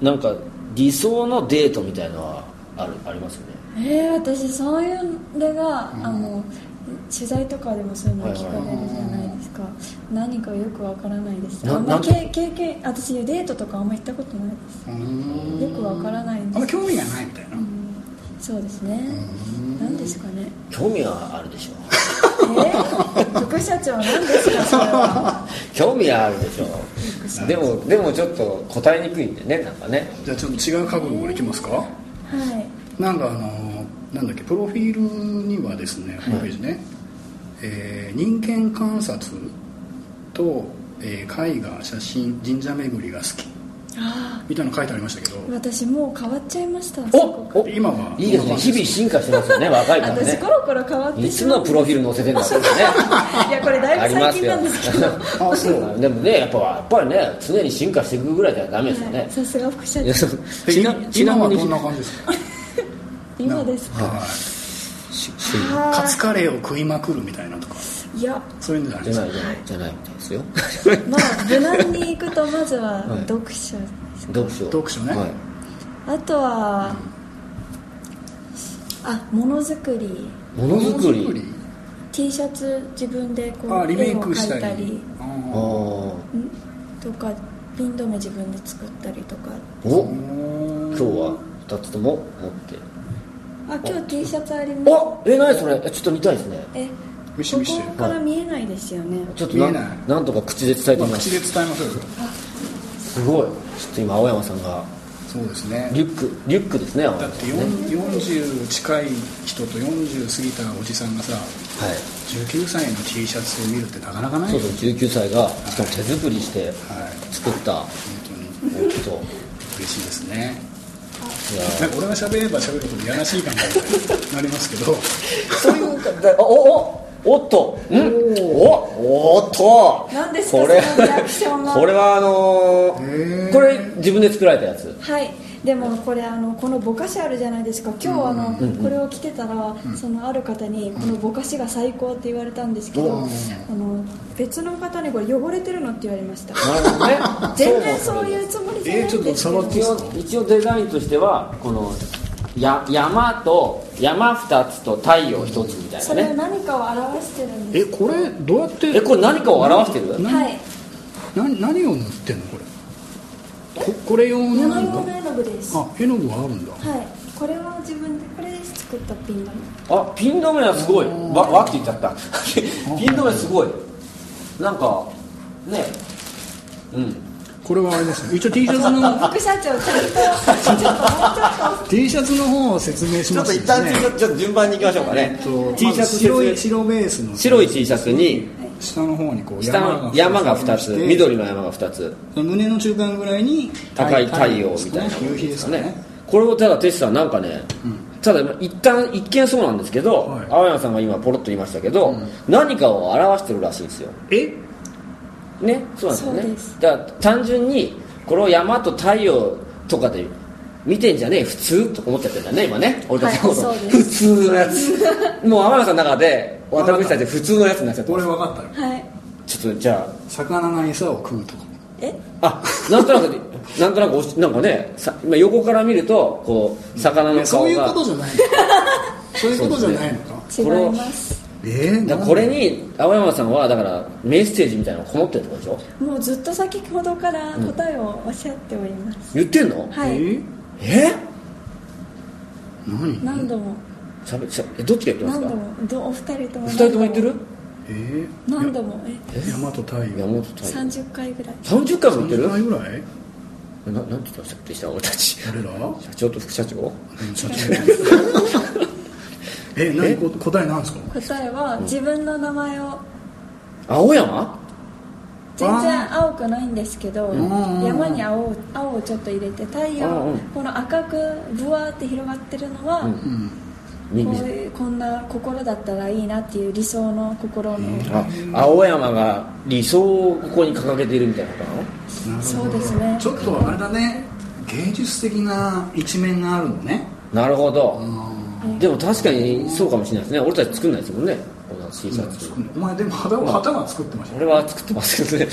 [SPEAKER 2] なんか理想のデートみたいのはあるありますよね
[SPEAKER 3] えー、私そういうのが、
[SPEAKER 1] うん
[SPEAKER 3] あの取材とかでもそういうの聞かれるじゃないですか、何かよくわからないです
[SPEAKER 2] な
[SPEAKER 3] あんま
[SPEAKER 2] なん
[SPEAKER 3] 経経験私デートとかあんま行ったことないで
[SPEAKER 1] うーん
[SPEAKER 3] すよくわからない
[SPEAKER 1] あ
[SPEAKER 3] ん
[SPEAKER 1] ん
[SPEAKER 3] で、
[SPEAKER 1] ます興味がないみたいな、
[SPEAKER 3] うん、そうですね
[SPEAKER 1] ん
[SPEAKER 3] 何ですかね
[SPEAKER 2] 興味はあるでしょう
[SPEAKER 3] えー、 副社長何ですかそれは
[SPEAKER 2] 興味はあるでしょうでもでもちょっと答えにくいんでねなんかね
[SPEAKER 1] じゃあちょっと違う角度からいきますか、
[SPEAKER 3] はい
[SPEAKER 1] なんかあのなんだっけプロフィールにはですねホームページね、えー人間観察と、えー絵画写真神社巡りが好き
[SPEAKER 3] あ
[SPEAKER 1] みたいなの書いてありましたけど
[SPEAKER 3] あ私もう変わっちゃいました
[SPEAKER 2] お
[SPEAKER 3] そこ
[SPEAKER 2] お
[SPEAKER 1] 今はい
[SPEAKER 2] いですね日々進化してますよね若いから
[SPEAKER 3] 私
[SPEAKER 2] ね
[SPEAKER 3] コロコロ変わって
[SPEAKER 2] い
[SPEAKER 3] し
[SPEAKER 2] つ
[SPEAKER 3] ま
[SPEAKER 2] の
[SPEAKER 3] う
[SPEAKER 2] プロフィール載せてんだってね
[SPEAKER 3] いやこれ だ
[SPEAKER 2] あ
[SPEAKER 3] い
[SPEAKER 2] り
[SPEAKER 3] ぶ
[SPEAKER 2] ま
[SPEAKER 3] 最
[SPEAKER 2] す
[SPEAKER 3] 近
[SPEAKER 2] よ
[SPEAKER 3] なんですけど
[SPEAKER 1] あそう
[SPEAKER 2] でもねやっぱやっぱりね常に進化していくぐらいじゃダメですよ
[SPEAKER 3] はい
[SPEAKER 2] ね
[SPEAKER 3] さすが副社
[SPEAKER 2] いや
[SPEAKER 3] 長
[SPEAKER 2] そう
[SPEAKER 1] で
[SPEAKER 2] ちなちな
[SPEAKER 1] 今は
[SPEAKER 2] み
[SPEAKER 1] どん
[SPEAKER 2] に
[SPEAKER 1] な感じですか、
[SPEAKER 3] 今ですか
[SPEAKER 1] はい
[SPEAKER 2] し
[SPEAKER 3] あー
[SPEAKER 1] カツカレーを食いまくるみたいなとか
[SPEAKER 3] いや
[SPEAKER 1] そういうのじゃないで
[SPEAKER 2] じゃ
[SPEAKER 1] す
[SPEAKER 2] な
[SPEAKER 1] か
[SPEAKER 2] いじゃないじゃないみたいですよ
[SPEAKER 3] まあ無難に行くとまず は
[SPEAKER 2] はい
[SPEAKER 3] 読書、
[SPEAKER 2] 読書
[SPEAKER 1] 読書ね
[SPEAKER 2] はい
[SPEAKER 3] あとはあものづくり
[SPEAKER 2] ものづくり
[SPEAKER 1] もの
[SPEAKER 3] T シャツ自分でこ
[SPEAKER 1] あ
[SPEAKER 3] う
[SPEAKER 1] リメ
[SPEAKER 3] 絵
[SPEAKER 1] イ
[SPEAKER 3] を
[SPEAKER 1] クし
[SPEAKER 3] 描
[SPEAKER 1] た
[SPEAKER 3] い
[SPEAKER 1] り
[SPEAKER 3] たり
[SPEAKER 1] あ
[SPEAKER 2] あ
[SPEAKER 1] ー
[SPEAKER 2] ー
[SPEAKER 3] んとかピン止め自分で作ったりとか
[SPEAKER 2] お
[SPEAKER 1] うーん
[SPEAKER 2] 今日は2つとも持って
[SPEAKER 3] あ今日 T シャツあります
[SPEAKER 2] おえ何それえちょっと見たいですね
[SPEAKER 3] え
[SPEAKER 1] 見して見して
[SPEAKER 3] ここから見えないですよね、
[SPEAKER 2] ちょっとな
[SPEAKER 1] 見えない
[SPEAKER 2] なんとか口で伝えて
[SPEAKER 1] まあ
[SPEAKER 2] みま
[SPEAKER 1] 口
[SPEAKER 2] す
[SPEAKER 1] で伝えましょうよ
[SPEAKER 2] すごいちょっと今青山さんが
[SPEAKER 1] そうですね
[SPEAKER 2] リュックリュックですね青
[SPEAKER 1] だっ
[SPEAKER 2] 山
[SPEAKER 1] て
[SPEAKER 2] さんね
[SPEAKER 1] 4 40近い人と40過ぎたおじさんがさ
[SPEAKER 2] はい
[SPEAKER 1] 19歳の T シャツを見るってなかなかない
[SPEAKER 2] そ
[SPEAKER 1] よ
[SPEAKER 2] うそう19歳がしかも手作りして
[SPEAKER 1] はい
[SPEAKER 2] 作った
[SPEAKER 1] 本
[SPEAKER 2] 大き
[SPEAKER 1] 当
[SPEAKER 2] と
[SPEAKER 1] に嬉しいですね
[SPEAKER 2] いや
[SPEAKER 1] なんか俺が喋れば喋るほどやらしい感じになりますけど
[SPEAKER 2] そういうかだおおおっとんおおっと
[SPEAKER 3] 何ですか
[SPEAKER 2] これ
[SPEAKER 3] そのリアクションは
[SPEAKER 2] これはあの
[SPEAKER 1] へ
[SPEAKER 2] ー、
[SPEAKER 1] ー
[SPEAKER 2] これ自分で作られたやつ
[SPEAKER 3] はいでもこれあのこのぼかしあるじゃないですか今日あの、これを着てたら、そのある方にこのぼかしが最高って言われたんですけど、
[SPEAKER 1] うん
[SPEAKER 3] あの別の方にこれ汚れてるのって言われました
[SPEAKER 2] なるほどね
[SPEAKER 3] 全然そういうつもりじゃないん
[SPEAKER 1] えー
[SPEAKER 3] ですけど、
[SPEAKER 1] ちょっと触っていい
[SPEAKER 2] 一応一応デザインとしてはこのや山と山2つと太陽1つみたいな
[SPEAKER 3] それは
[SPEAKER 2] ね
[SPEAKER 3] 何かを表してるんで
[SPEAKER 1] えこれどうやって
[SPEAKER 2] えこれ何かを表してる
[SPEAKER 3] すはい
[SPEAKER 1] な何を塗ってんのこれここれ用の
[SPEAKER 3] 七色の絵の具ですは
[SPEAKER 1] あ絵の具があるんだ
[SPEAKER 3] いこれは自分でこれで作ったピンだ
[SPEAKER 2] あピン止めはすごいわわって言っちゃった ピン止めすごいなんかねうん
[SPEAKER 1] これはあれですね一応 T シャツの
[SPEAKER 3] 副社長ちゃんとちょっともうちょっと
[SPEAKER 1] T シャツの方を説明し
[SPEAKER 2] ちょ
[SPEAKER 1] ま
[SPEAKER 2] っと
[SPEAKER 1] す
[SPEAKER 2] 一旦
[SPEAKER 1] ね
[SPEAKER 2] ちょっとちょっと順番に行きましょうかね
[SPEAKER 1] えっと
[SPEAKER 2] T シャ
[SPEAKER 1] ま
[SPEAKER 2] ツ
[SPEAKER 1] ず
[SPEAKER 2] 白
[SPEAKER 1] 白
[SPEAKER 2] い
[SPEAKER 1] い白ベースの
[SPEAKER 2] 白い T シャツに
[SPEAKER 1] 下の方にこう
[SPEAKER 2] 下の山が2つ
[SPEAKER 1] して
[SPEAKER 2] 緑の山が2つ
[SPEAKER 1] 胸の中間ぐらいに
[SPEAKER 2] 高い太陽みたいなも
[SPEAKER 1] 夕
[SPEAKER 2] の
[SPEAKER 1] 日
[SPEAKER 2] で
[SPEAKER 1] ですす
[SPEAKER 2] か
[SPEAKER 1] か
[SPEAKER 2] ね
[SPEAKER 1] ね
[SPEAKER 2] これをただテシさんなんかね、ただ一旦一見そうなんですけど、
[SPEAKER 1] はい
[SPEAKER 2] 青山さんが今ポロッと言いましたけど、何かを表してるらしいんですよ
[SPEAKER 1] え
[SPEAKER 2] ねそうなん
[SPEAKER 3] そう
[SPEAKER 2] で
[SPEAKER 3] です
[SPEAKER 2] よね
[SPEAKER 3] す
[SPEAKER 2] だから単純にこれを山と太陽とかで見てんじゃねえ普通と思っちゃってんだね今ね俺たちのこと、
[SPEAKER 3] はいそうで
[SPEAKER 2] 普
[SPEAKER 3] す
[SPEAKER 2] 通のや つもう天野さんの中で私たち普通のやつになっちゃってま
[SPEAKER 1] 俺
[SPEAKER 2] す
[SPEAKER 1] 分かったよ
[SPEAKER 3] はい
[SPEAKER 2] ちょっとじゃ
[SPEAKER 1] 魚の餌を食うとか
[SPEAKER 3] え
[SPEAKER 2] ああなんとなくなんとなくおしなんかねさ今横から見るとこう魚
[SPEAKER 1] い
[SPEAKER 2] の
[SPEAKER 1] やそ
[SPEAKER 2] 顔
[SPEAKER 1] ういう
[SPEAKER 2] が
[SPEAKER 1] ことじゃないのそういうことじゃないのか
[SPEAKER 3] 違
[SPEAKER 2] これを
[SPEAKER 3] います
[SPEAKER 1] えー
[SPEAKER 2] だ
[SPEAKER 1] なんで
[SPEAKER 2] からこれに青山さんはだからメッセージみたいなのこもってるってことでしょ
[SPEAKER 3] もうずっと先ほどから答えをおっしゃっております、
[SPEAKER 2] 言ってんの
[SPEAKER 1] え
[SPEAKER 3] はい
[SPEAKER 1] ー
[SPEAKER 2] え
[SPEAKER 1] 何
[SPEAKER 3] 何度も
[SPEAKER 2] しゃべしゃえどっちが言って
[SPEAKER 3] 何
[SPEAKER 2] ます
[SPEAKER 3] 度
[SPEAKER 2] か
[SPEAKER 3] もどお二人とも
[SPEAKER 2] 二人とも言ってる
[SPEAKER 1] え
[SPEAKER 3] 何度もえ
[SPEAKER 1] ー山と太陽
[SPEAKER 2] 山本太陽
[SPEAKER 3] 30回ぐらい
[SPEAKER 2] 30回も言ってる
[SPEAKER 1] 何回ぐらい
[SPEAKER 2] ななんて言ったでした俺たち社
[SPEAKER 1] 俺ら
[SPEAKER 2] 長と副社長
[SPEAKER 1] え何こ答えなんですか
[SPEAKER 3] 答えは自分の名前を
[SPEAKER 2] 青山
[SPEAKER 3] 全然青くないんですけど
[SPEAKER 1] ん
[SPEAKER 3] 山に青を青をちょっと入れて太陽
[SPEAKER 2] うんうん
[SPEAKER 3] この赤くブワーって広がってるのは、
[SPEAKER 2] う
[SPEAKER 1] う
[SPEAKER 2] ん
[SPEAKER 1] ん
[SPEAKER 2] み
[SPEAKER 3] こう
[SPEAKER 2] み
[SPEAKER 3] いうこんな心だったらいいなっていう理想の心の、
[SPEAKER 2] あ青山が理想をここに掲げているみたいなことな
[SPEAKER 1] な
[SPEAKER 2] の
[SPEAKER 1] るほど
[SPEAKER 3] そうですね
[SPEAKER 1] ちょっとあれだね芸術的な一面があるのね
[SPEAKER 2] なるほど、
[SPEAKER 1] うん
[SPEAKER 2] でも確かにそうかもしれないですね俺たち作んないですもんねこんな T シャツ
[SPEAKER 1] お前でも旗を旗は作ってましたよ
[SPEAKER 2] 俺は作ってますけどね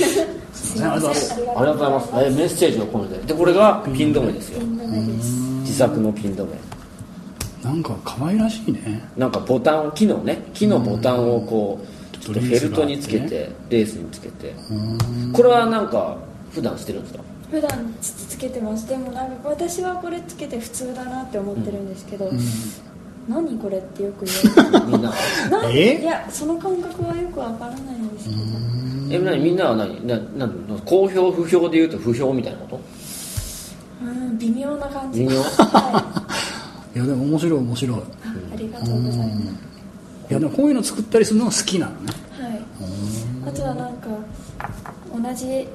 [SPEAKER 3] すいません
[SPEAKER 1] あ
[SPEAKER 2] あり
[SPEAKER 3] あり
[SPEAKER 2] がとうございますえメッセージを込めてでこれがピン止めですよ
[SPEAKER 3] ピン止めです
[SPEAKER 2] 自作のピン止め
[SPEAKER 1] なんか可愛らしいね
[SPEAKER 2] なんかボタンを木のね木のボタンをこうちょっとフェルトにつけ
[SPEAKER 1] ちょっと
[SPEAKER 2] てレースにつけて
[SPEAKER 1] うん
[SPEAKER 2] これはなんか普段してるんですか
[SPEAKER 3] 普段つつけてますでもなんか私はこれつけて普通だなって思ってるんですけど、何これってよく言わ れる
[SPEAKER 2] みんなは
[SPEAKER 3] な
[SPEAKER 1] え
[SPEAKER 3] いやその感覚はよくわからないんですけど、
[SPEAKER 2] えなみんなは何ななんだ好評不評でいうと不評みたいなこと
[SPEAKER 3] うん、微妙な感じ
[SPEAKER 2] 微妙
[SPEAKER 3] はい
[SPEAKER 1] やでも面白い面白い
[SPEAKER 3] い、ありがとうございま
[SPEAKER 1] いやでもこういうの作ったりするのが好きなのね
[SPEAKER 3] す、はい、あとはなんか同じ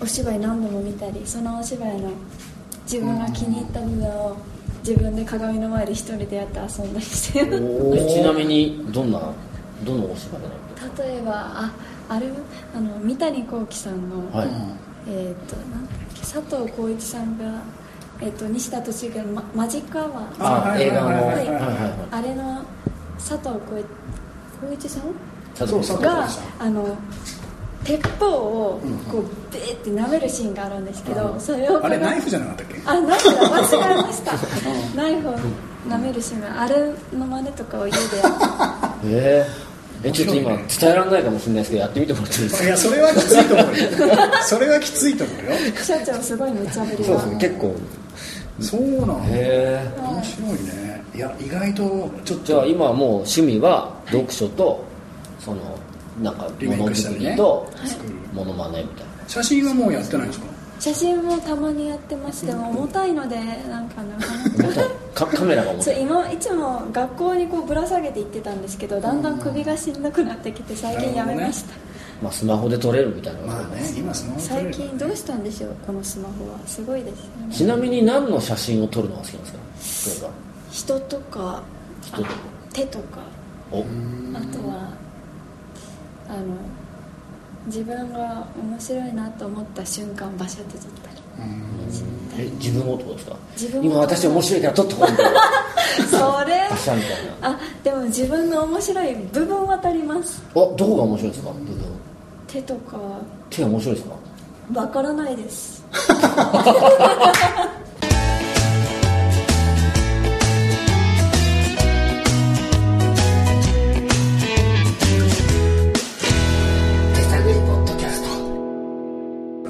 [SPEAKER 3] お芝居何度も見たりそのお芝居の自分が気に入った部分を自分で鏡の前で一人でやって遊んだりしてます
[SPEAKER 2] えちなみにどんなどのお芝居なの
[SPEAKER 3] 例えばああれあの三谷幸喜さんの、
[SPEAKER 2] はい、
[SPEAKER 3] えっ、となんだっけ佐藤浩市さんが、えー、と西田敏行のママジックアワー
[SPEAKER 2] あ
[SPEAKER 1] はい
[SPEAKER 2] 映画の
[SPEAKER 1] はい
[SPEAKER 3] はい
[SPEAKER 2] はいはいはい
[SPEAKER 3] あれの佐藤浩浩市さん
[SPEAKER 2] 佐
[SPEAKER 1] そう佐
[SPEAKER 2] 藤
[SPEAKER 1] 藤
[SPEAKER 2] さん
[SPEAKER 3] が
[SPEAKER 1] さ
[SPEAKER 3] あの鉄砲をこうベーって舐めるシーンがあるんですけど、それを
[SPEAKER 1] あれ
[SPEAKER 3] この
[SPEAKER 1] ナイフじゃなかったっけ
[SPEAKER 3] あナイフだ間違えましたナイフを舐めるシーンがあれの真似とかを家でやって
[SPEAKER 2] えーえちょっと今
[SPEAKER 1] 面
[SPEAKER 2] 伝えられないかもしれないですけどやってみてもらっていいです
[SPEAKER 1] い
[SPEAKER 2] か
[SPEAKER 1] やそれはきついと思うよ それはきついと思うよ
[SPEAKER 3] 副社長すごい無茶ぶり
[SPEAKER 2] そう
[SPEAKER 3] が
[SPEAKER 2] ですね結構
[SPEAKER 1] そうなの
[SPEAKER 2] へえ
[SPEAKER 1] 面白いねいや意外とちょっ
[SPEAKER 2] じゃあ
[SPEAKER 1] と
[SPEAKER 2] 今はもう趣味は読書とそのなんか
[SPEAKER 1] リメイ
[SPEAKER 2] もの
[SPEAKER 1] クした
[SPEAKER 2] づ
[SPEAKER 1] り
[SPEAKER 2] くり
[SPEAKER 1] ね
[SPEAKER 2] と
[SPEAKER 1] 作る
[SPEAKER 2] ものまねみたいな
[SPEAKER 1] 写真はもうやってないんですか
[SPEAKER 3] 写真もたまにやってましても重たいのでなんかなか
[SPEAKER 2] 重
[SPEAKER 3] な
[SPEAKER 2] たい
[SPEAKER 3] か
[SPEAKER 2] かカメラが重
[SPEAKER 3] そ
[SPEAKER 2] た
[SPEAKER 3] う
[SPEAKER 2] い
[SPEAKER 3] 今いつも学校にこうぶら下げて行ってたんですけどだんだん首がしんどくなってきて最近やめました、
[SPEAKER 2] まあスマホで撮れるみたいな
[SPEAKER 1] まあね今スマホ撮れ
[SPEAKER 3] 最
[SPEAKER 1] る
[SPEAKER 3] 近どうしたんでしょうこのスマホはすごいですよね
[SPEAKER 2] ちなみに何の写真を撮るのが好きなんですか
[SPEAKER 3] 人とかあ
[SPEAKER 2] 人とか
[SPEAKER 3] 手とか
[SPEAKER 2] どうか
[SPEAKER 3] あとはあの自分が面白いなと思った瞬間場所で撮ったり
[SPEAKER 2] おえ自分をってことですか
[SPEAKER 3] 自分を
[SPEAKER 2] 今私面白いから撮ってこいみたいな
[SPEAKER 3] それ
[SPEAKER 2] 発射みたいな
[SPEAKER 3] あでも自分の面白い部分は撮ります
[SPEAKER 2] おどこが面白いですか部分
[SPEAKER 3] 手とかは
[SPEAKER 2] 手が面白いですか
[SPEAKER 3] わからないです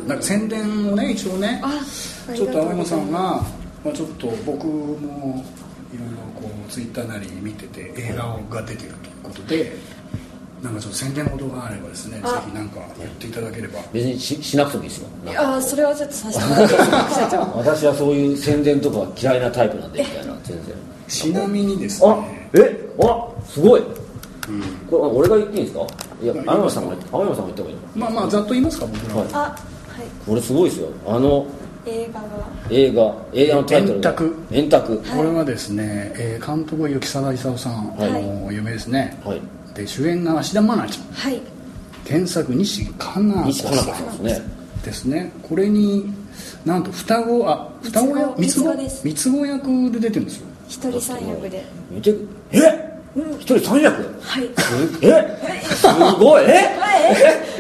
[SPEAKER 1] なんか宣伝をね一応ね
[SPEAKER 3] あ
[SPEAKER 1] ちょっと青山さんが、
[SPEAKER 3] あ
[SPEAKER 1] まあ、ちょっと僕もいろいろこうツイッターなり見てて映画が出てるということでなんかちょっと宣伝事があればですねぜ
[SPEAKER 3] あ
[SPEAKER 1] ひなんかやっていただければ
[SPEAKER 2] 別にししなくてもいいですよ
[SPEAKER 3] りがとうございますあそれはちょっとさせてもらっていいですか社長
[SPEAKER 2] 私はそういう宣伝とかは嫌いなタイプなんでみたいな全然
[SPEAKER 1] ちなみにです
[SPEAKER 2] あ
[SPEAKER 1] ね
[SPEAKER 2] えあすごい、これあ俺が言っていいんですかいや
[SPEAKER 1] いいですよ
[SPEAKER 2] 青山さんが青山さんが言った方がいいの
[SPEAKER 1] まあまあざっと言いますか僕らは、
[SPEAKER 2] はい
[SPEAKER 3] あはい
[SPEAKER 2] これすごいですよあの
[SPEAKER 3] 映画が
[SPEAKER 2] 映画映画のタイトル
[SPEAKER 1] 円卓
[SPEAKER 2] 円卓
[SPEAKER 1] これはですね、えー監督は雪貞勲さん、
[SPEAKER 2] はい
[SPEAKER 1] もう有名ですね、
[SPEAKER 2] はい
[SPEAKER 1] で主演が芦田愛菜ちゃん
[SPEAKER 3] はい
[SPEAKER 1] 原作西加奈
[SPEAKER 2] 西
[SPEAKER 1] 子
[SPEAKER 2] 加奈
[SPEAKER 1] さ
[SPEAKER 2] 子
[SPEAKER 1] ん
[SPEAKER 2] さんですね
[SPEAKER 1] ですねこれになんと双子あ双子役
[SPEAKER 3] 三つ子
[SPEAKER 1] 三
[SPEAKER 3] で
[SPEAKER 1] つ
[SPEAKER 3] す
[SPEAKER 1] 子三つ子役で出てるんですよ
[SPEAKER 3] 一人三役で
[SPEAKER 2] 見てえ一人三役
[SPEAKER 3] はい
[SPEAKER 2] すえすごいえ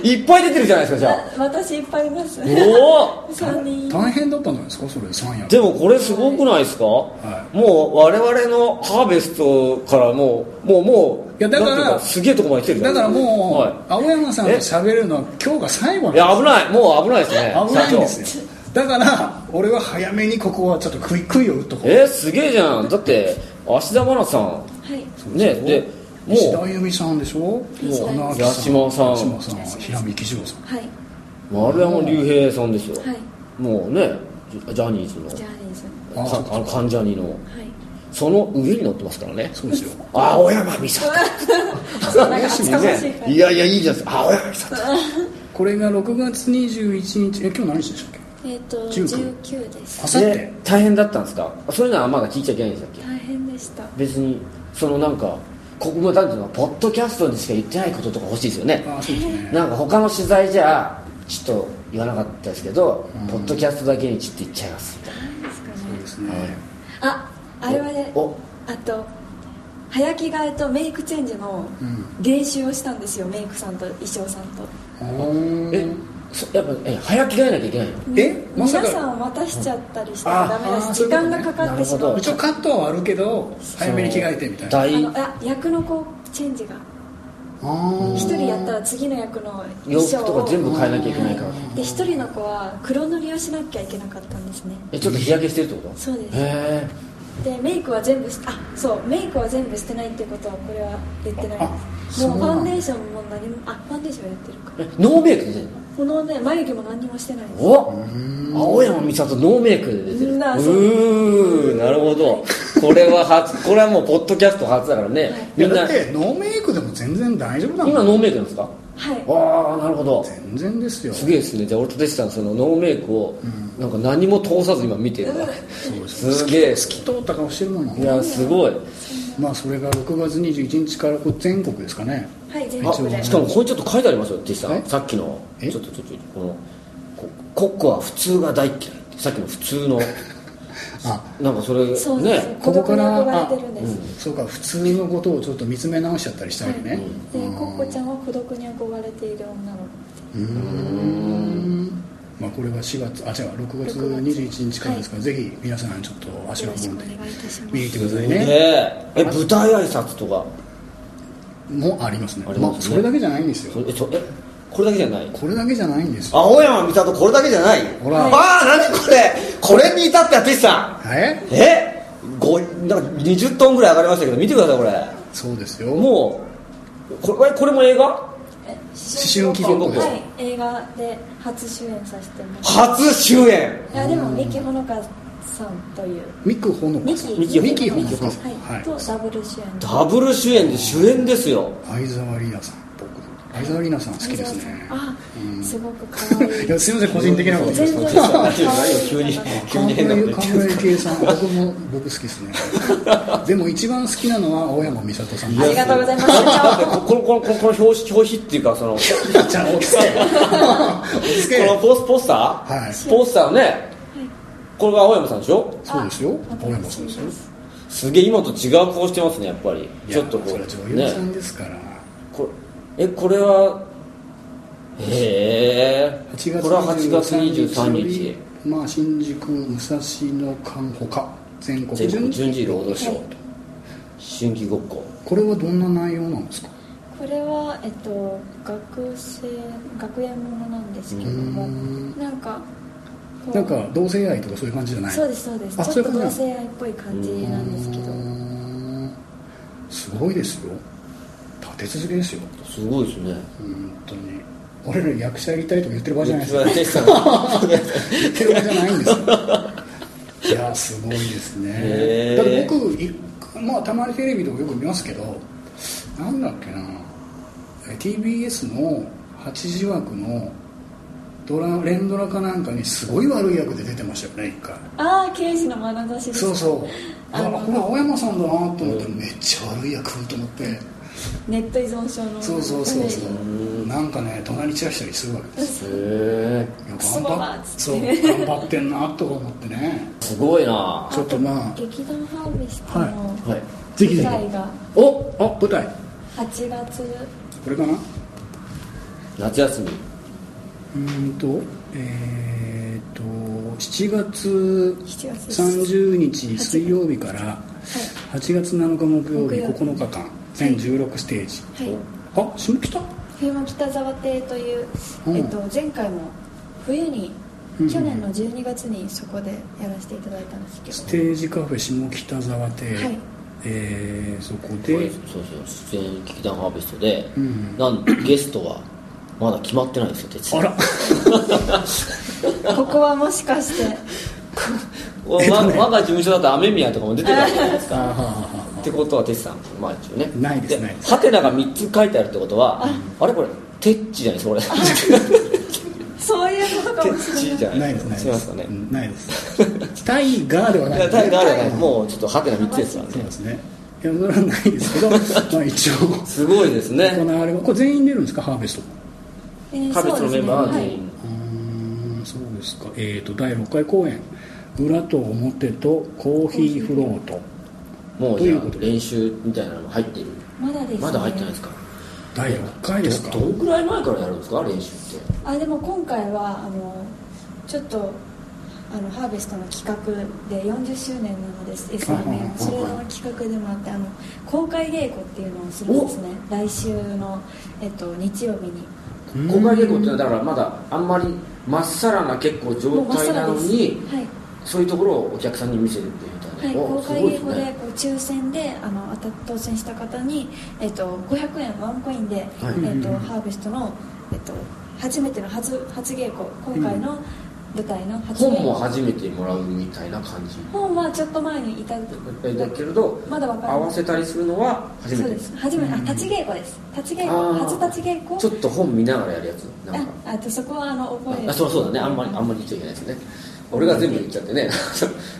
[SPEAKER 2] えいっぱい出てるじゃないですかじ ゃあ
[SPEAKER 3] 私いっぱいいます
[SPEAKER 2] おお
[SPEAKER 3] 3人
[SPEAKER 1] 大変だったんじゃないですかそれ三役
[SPEAKER 2] でもこれすごくないですか、
[SPEAKER 1] い
[SPEAKER 2] もう我々のハーベストからもうもうもう
[SPEAKER 1] いやだから
[SPEAKER 2] なんてうすげえとこまで来てるじ
[SPEAKER 1] だ
[SPEAKER 2] ゃん
[SPEAKER 1] からもう
[SPEAKER 2] は
[SPEAKER 1] 青山さんと喋るのは今日が最後
[SPEAKER 2] い、いや
[SPEAKER 1] なん
[SPEAKER 2] 危ないもう危ないですね
[SPEAKER 1] です危ないんで
[SPEAKER 2] 社
[SPEAKER 1] すよだから俺は早めにここはちょっとクイクイを打っとこ
[SPEAKER 2] 長
[SPEAKER 1] う
[SPEAKER 2] えすげえじゃんだって芦田愛菜さん
[SPEAKER 3] はい
[SPEAKER 2] ねでも
[SPEAKER 1] 石田
[SPEAKER 2] う
[SPEAKER 1] あゆみさんでしょ
[SPEAKER 3] 石田あゆみ
[SPEAKER 1] 花明
[SPEAKER 2] 八嶋さん
[SPEAKER 1] 八嶋さん平見吉郎さん
[SPEAKER 3] はい
[SPEAKER 2] 丸山隆平さんですよ、
[SPEAKER 3] はい
[SPEAKER 2] もうねジジャニーズの
[SPEAKER 3] ジャニーズ
[SPEAKER 1] あ
[SPEAKER 2] かあの関ジャニの
[SPEAKER 3] はい
[SPEAKER 2] その上に乗ってますからね
[SPEAKER 1] そうですよ
[SPEAKER 2] 青山美里
[SPEAKER 3] そうなんか懐かしいから
[SPEAKER 2] いやいやいいじゃないですか青山美里
[SPEAKER 1] これが6月21日え今日何日でしたっ
[SPEAKER 3] えっと
[SPEAKER 1] 19
[SPEAKER 3] 19です
[SPEAKER 1] け明後日
[SPEAKER 2] で大変だったんですかそういうのはまだ聞いちゃいけないんでしたっけ
[SPEAKER 3] 大変でした
[SPEAKER 2] 別にそのなんかここもなんていうのポッドキャストにしか言ってないこととか欲しいですよね
[SPEAKER 1] あそうですね
[SPEAKER 2] なんか他の取材じゃちょっと言わなかったですけど、ポッドキャストだけにちょっと言っちゃいますみたい
[SPEAKER 3] 何ですか
[SPEAKER 1] そう
[SPEAKER 3] ね
[SPEAKER 1] ですね、
[SPEAKER 3] ああれはね
[SPEAKER 2] おお
[SPEAKER 3] あと早着替えとメイクチェンジの
[SPEAKER 1] うん
[SPEAKER 3] 練習をしたんですよメイクさんと衣装さんと
[SPEAKER 2] なえそやっぱえ早着替えなきゃいけないの
[SPEAKER 1] えま
[SPEAKER 3] 皆
[SPEAKER 1] さか
[SPEAKER 3] さんを待たしちゃったりしたらダメ
[SPEAKER 1] ああ
[SPEAKER 3] だ
[SPEAKER 1] そ
[SPEAKER 3] し
[SPEAKER 1] うい
[SPEAKER 3] 時
[SPEAKER 1] うことね
[SPEAKER 3] 間がかかってしま
[SPEAKER 1] う
[SPEAKER 3] う
[SPEAKER 1] 一応カットはあるけど早めに着替えてみたいなあ
[SPEAKER 2] 大
[SPEAKER 3] あのあ役のこうチェンジが
[SPEAKER 1] ー
[SPEAKER 3] 一人やったら次の役の
[SPEAKER 2] 洋
[SPEAKER 3] 衣
[SPEAKER 2] 服
[SPEAKER 3] 装
[SPEAKER 2] とか全部
[SPEAKER 3] を
[SPEAKER 2] 変えなきゃいけないから
[SPEAKER 3] で一人の子は黒塗りをしなきゃいけなかったんですね
[SPEAKER 2] えちょっと日焼けしてるってこと
[SPEAKER 3] そうです
[SPEAKER 2] へ
[SPEAKER 3] でメイクは全部しあそうメイクは全部してないってことはこれは言ってないです
[SPEAKER 1] あ
[SPEAKER 3] もう
[SPEAKER 1] そう
[SPEAKER 3] フ
[SPEAKER 1] なんだ
[SPEAKER 3] ァンデーションも何もあファンデーションやってるか
[SPEAKER 2] ええノーメイクで出てるの
[SPEAKER 3] このね眉毛も何にもしてないです
[SPEAKER 2] お青山美里ノーメイクで出てる
[SPEAKER 3] うんなそう
[SPEAKER 2] うーなるほどこれは初これはもうポッドキャスト初だからね、みん
[SPEAKER 1] だ
[SPEAKER 2] な
[SPEAKER 1] ってノーメイクでも全然大丈夫な
[SPEAKER 2] 今
[SPEAKER 1] の
[SPEAKER 2] ノーメイクなんですか
[SPEAKER 3] はい
[SPEAKER 2] ああなるほど
[SPEAKER 1] 全然ですよ
[SPEAKER 2] すげえですねじゃあ俺と弟子さんそのノーメイクをなんか何も通さず今見てるわ、
[SPEAKER 1] そうです
[SPEAKER 2] すげえ
[SPEAKER 1] 透き通った顔してるも
[SPEAKER 2] い
[SPEAKER 1] の
[SPEAKER 2] やすごい
[SPEAKER 1] まあそれが6月21日からこう全国ですかね
[SPEAKER 3] はい全
[SPEAKER 2] あ
[SPEAKER 3] 国で
[SPEAKER 2] しかもこれちょっと書いてありますよ弟子さ
[SPEAKER 1] え
[SPEAKER 2] んさっきのち
[SPEAKER 1] え
[SPEAKER 2] ょっとちょっとこのこ国家は普通が大嫌いってさっきの普通の
[SPEAKER 1] あ
[SPEAKER 2] なんかそれ
[SPEAKER 3] そうで
[SPEAKER 2] ね
[SPEAKER 3] す
[SPEAKER 1] ここ
[SPEAKER 3] 孤独
[SPEAKER 1] か
[SPEAKER 3] に
[SPEAKER 1] ら
[SPEAKER 3] 憧れてるんです
[SPEAKER 1] そうか普通のことをちょっと見つめ直しちゃったりしたわけね、
[SPEAKER 3] でコッコちゃんは孤独に憧れている女の
[SPEAKER 1] うーんまあこれは4月あ違う6月21日からですから、ぜひ皆さんちょっと
[SPEAKER 3] 子
[SPEAKER 1] 足
[SPEAKER 3] よ
[SPEAKER 1] を
[SPEAKER 3] ろし
[SPEAKER 1] 運
[SPEAKER 3] くお
[SPEAKER 1] んで
[SPEAKER 3] 願いいたしま
[SPEAKER 1] 見に行っ
[SPEAKER 3] す
[SPEAKER 1] てください
[SPEAKER 2] ね
[SPEAKER 1] ね
[SPEAKER 2] え舞台挨拶とか
[SPEAKER 1] もありますね
[SPEAKER 2] あ
[SPEAKER 1] ま
[SPEAKER 2] りますね
[SPEAKER 1] あ、それだけじゃないんです
[SPEAKER 2] そ
[SPEAKER 1] よ
[SPEAKER 2] えそえこれだけじゃない
[SPEAKER 1] これだけじゃないんですよ
[SPEAKER 2] 青山美里これだけじゃない
[SPEAKER 1] ほら
[SPEAKER 2] ああ何これこれに至ってはティさ
[SPEAKER 1] え
[SPEAKER 2] んえごなんか20トンぐらい上がりましたけど見てくださいこれ
[SPEAKER 1] そうですよも
[SPEAKER 2] もうこれこれも映画
[SPEAKER 3] え
[SPEAKER 1] 思春期ごっこです
[SPEAKER 3] はい映画で初主演させてもらいます
[SPEAKER 2] 初主演
[SPEAKER 3] いやでも三木ほのかさんとい
[SPEAKER 1] う
[SPEAKER 3] う
[SPEAKER 1] ミクホノ
[SPEAKER 3] ミ
[SPEAKER 1] カさん
[SPEAKER 3] キ
[SPEAKER 2] ミキ
[SPEAKER 1] ミキホ
[SPEAKER 3] ホ
[SPEAKER 1] ノ
[SPEAKER 3] ノ
[SPEAKER 1] カ
[SPEAKER 3] カ
[SPEAKER 1] さん
[SPEAKER 3] はい
[SPEAKER 1] は
[SPEAKER 3] とダブル主演
[SPEAKER 2] ダブル主演で主演ですよ
[SPEAKER 1] い相沢里奈さん僕相沢里奈さん好きですね
[SPEAKER 3] あすごく可愛 い
[SPEAKER 1] いやすいません個人的なことです
[SPEAKER 3] 全然
[SPEAKER 2] 何を 急に急に変なこと言っ
[SPEAKER 1] 川
[SPEAKER 2] て
[SPEAKER 1] 村幸恵さん僕も僕好きです ねでも一番好きなのは青山美里さん
[SPEAKER 3] ありがとうございます
[SPEAKER 2] だって ここのこのこのこの表紙表紙っていうかそのこ
[SPEAKER 1] じゃあ落ち着け落ち 着け
[SPEAKER 2] のポスポスター、
[SPEAKER 1] はい
[SPEAKER 2] ポスターねこれが青山さんでしょ
[SPEAKER 1] そうですよ
[SPEAKER 3] あ
[SPEAKER 1] 青山さんですよ
[SPEAKER 2] すげえ今と違う顔してますねやっぱりちょっとこ
[SPEAKER 1] いやそれは
[SPEAKER 2] う
[SPEAKER 1] 女優さ
[SPEAKER 2] ね
[SPEAKER 1] んですから、
[SPEAKER 2] これえこれはへえ
[SPEAKER 1] 8月
[SPEAKER 2] これは8月23
[SPEAKER 1] 23
[SPEAKER 2] 日
[SPEAKER 1] まあ、新宿武蔵野館ほか全国
[SPEAKER 2] 全
[SPEAKER 1] 順
[SPEAKER 2] 国順次労働省春季ごっこ
[SPEAKER 1] これはどんな内容なんですか
[SPEAKER 3] これはえっと学生学園ものなんですけど
[SPEAKER 1] う
[SPEAKER 3] も
[SPEAKER 1] ん
[SPEAKER 3] なんかこう
[SPEAKER 1] なんか同性愛とかそういう感じじゃない
[SPEAKER 3] そうですそうです
[SPEAKER 1] あ
[SPEAKER 3] ちょっと
[SPEAKER 1] そういう
[SPEAKER 3] 同
[SPEAKER 1] 感じ
[SPEAKER 3] 性愛っぽい感じなんですけど
[SPEAKER 1] うーんすごいですよ立て続けですよ
[SPEAKER 2] すごいですね
[SPEAKER 1] 本当に俺ら役者やりたいとか言ってる場合じゃないですよ
[SPEAKER 2] テスさん
[SPEAKER 1] 言ってるわけじゃないんですよいやすごいですね
[SPEAKER 2] へー
[SPEAKER 1] だって僕いまあたまにテレビとかよく見ますけどなんだっけなえ TBS の8時枠のドラ連ドラかなんかにすごい悪い役で出てましたよね一回
[SPEAKER 3] ああ刑事の眼差しです
[SPEAKER 1] そうそう
[SPEAKER 3] あ
[SPEAKER 1] あ
[SPEAKER 3] の
[SPEAKER 1] これ青山さんだなと思ってめっちゃ悪い役と思って
[SPEAKER 3] ネット依存症の
[SPEAKER 1] そうそうそうそ
[SPEAKER 3] うん
[SPEAKER 1] うなんかね隣散らしたりするわけですよ
[SPEAKER 2] へ
[SPEAKER 3] そ
[SPEAKER 1] 頑
[SPEAKER 3] うだ
[SPEAKER 1] 張
[SPEAKER 3] っ
[SPEAKER 1] っ
[SPEAKER 3] つ
[SPEAKER 1] そう
[SPEAKER 3] って
[SPEAKER 1] 頑張ってんなとか思って ね
[SPEAKER 2] えすごいな
[SPEAKER 1] ちょっとまあ
[SPEAKER 3] 劇団ハーベストの
[SPEAKER 2] はい
[SPEAKER 1] ぜひ
[SPEAKER 3] 舞
[SPEAKER 1] ぜ
[SPEAKER 3] 台
[SPEAKER 1] ひ
[SPEAKER 3] が
[SPEAKER 1] おあ舞台
[SPEAKER 3] 8月
[SPEAKER 1] これかなう
[SPEAKER 2] 夏休み
[SPEAKER 1] ーんとえー、と7月
[SPEAKER 3] 7月です
[SPEAKER 1] 30日水曜日から8月7日木曜日
[SPEAKER 3] 木曜日
[SPEAKER 1] 9日間全16ステージ
[SPEAKER 3] はい、はい、
[SPEAKER 1] あ下北
[SPEAKER 3] 冬の北沢亭という、
[SPEAKER 1] うん
[SPEAKER 3] えっと、前回も冬に
[SPEAKER 1] うん
[SPEAKER 3] 去年の12月にそこでやらせていただいたんですけど
[SPEAKER 1] ス、テージカフェ下北沢亭、
[SPEAKER 3] はい
[SPEAKER 1] えーそこ
[SPEAKER 2] これ
[SPEAKER 1] で
[SPEAKER 2] そうそう出演劇団ハーベストで、
[SPEAKER 1] うん
[SPEAKER 2] なんゲストはまだ決まってないんですよ鉄
[SPEAKER 1] あら
[SPEAKER 3] ここはもしかして
[SPEAKER 2] わ我我が事務所だと雨宮とかも出てるわけじゃないです
[SPEAKER 1] あは
[SPEAKER 2] か
[SPEAKER 1] は
[SPEAKER 2] ってことはテッチさんまあ一応ね
[SPEAKER 1] ないですないです
[SPEAKER 2] ハテナが3つ書いてあるってことはあれこれテッチじゃないですかこれ
[SPEAKER 3] そういうことか
[SPEAKER 2] テ
[SPEAKER 3] も し
[SPEAKER 2] ッ
[SPEAKER 3] れ
[SPEAKER 2] チ
[SPEAKER 3] ない
[SPEAKER 2] じゃ
[SPEAKER 1] はな
[SPEAKER 2] ない
[SPEAKER 1] い
[SPEAKER 2] で
[SPEAKER 1] ですす
[SPEAKER 2] か
[SPEAKER 1] ないです
[SPEAKER 2] 違いますかね
[SPEAKER 1] うんないですタイガーではない
[SPEAKER 2] いやタイガーじゃない
[SPEAKER 1] も
[SPEAKER 2] もうちょっとハテナ3つですから
[SPEAKER 1] そう
[SPEAKER 2] ね
[SPEAKER 1] ですねいやそれはないですけどまあ一応
[SPEAKER 2] すごいですね
[SPEAKER 1] 行われはこれ全員出るんですかハーベスト
[SPEAKER 3] えー
[SPEAKER 2] ハーベストのメンバーは全員、
[SPEAKER 1] うーんそうですかえっ、と第6回公演裏と表とコーヒーフロート
[SPEAKER 2] もうじ
[SPEAKER 1] ど
[SPEAKER 2] ゃ
[SPEAKER 1] ういうこと
[SPEAKER 2] あ練習みたいなのも入ってる
[SPEAKER 3] そうですねはいまだです、ね、
[SPEAKER 2] まだ入ってないですか
[SPEAKER 1] 第6回ですか
[SPEAKER 2] どどのくらい前からやるんですか練習って
[SPEAKER 3] あでも今回はあのちょっとあのハーベストの企画で40周年なのですですよ
[SPEAKER 1] はいはい
[SPEAKER 3] ね
[SPEAKER 1] はい
[SPEAKER 3] それの企画でもあってあの公開稽古っていうのをするんですね来週の、えっと、日曜日に
[SPEAKER 1] うん
[SPEAKER 2] 公開稽古っていうのはだからまだあんまりまっさらな結構
[SPEAKER 3] も
[SPEAKER 2] 状
[SPEAKER 3] うまっ
[SPEAKER 2] 態
[SPEAKER 3] さ
[SPEAKER 2] な
[SPEAKER 3] ら
[SPEAKER 2] の
[SPEAKER 3] です
[SPEAKER 2] に
[SPEAKER 3] はい
[SPEAKER 2] そういうところをお客さんに見せるっていうみた
[SPEAKER 3] はいい、
[SPEAKER 2] な、お
[SPEAKER 3] 公
[SPEAKER 2] す
[SPEAKER 3] 開
[SPEAKER 2] ごいで
[SPEAKER 3] 英
[SPEAKER 2] す
[SPEAKER 3] 語で
[SPEAKER 2] ね
[SPEAKER 3] こう抽選であの当た当選した方に、えっと500円ワンコインで、えっと
[SPEAKER 1] うん
[SPEAKER 3] ハーベストの、えっと初めての初初稽古今回の舞台の初稽
[SPEAKER 2] 本
[SPEAKER 3] 古、
[SPEAKER 2] も初めてもらうみたいな感じ
[SPEAKER 3] 本はちょっと前にいた
[SPEAKER 2] だけれど
[SPEAKER 3] まだわからない
[SPEAKER 2] 合わせたりするのは初
[SPEAKER 3] そう
[SPEAKER 2] めて
[SPEAKER 3] です初めてあ立ち稽古です立ち稽
[SPEAKER 2] あ
[SPEAKER 3] 古
[SPEAKER 2] ー
[SPEAKER 3] 初立ち稽古
[SPEAKER 2] ちょっと本見ながらやるやつなんか
[SPEAKER 3] ああとそこはあの覚える
[SPEAKER 2] あそうそうだねあんまりあんまり言っちゃいけないですね俺が全部言っちゃってね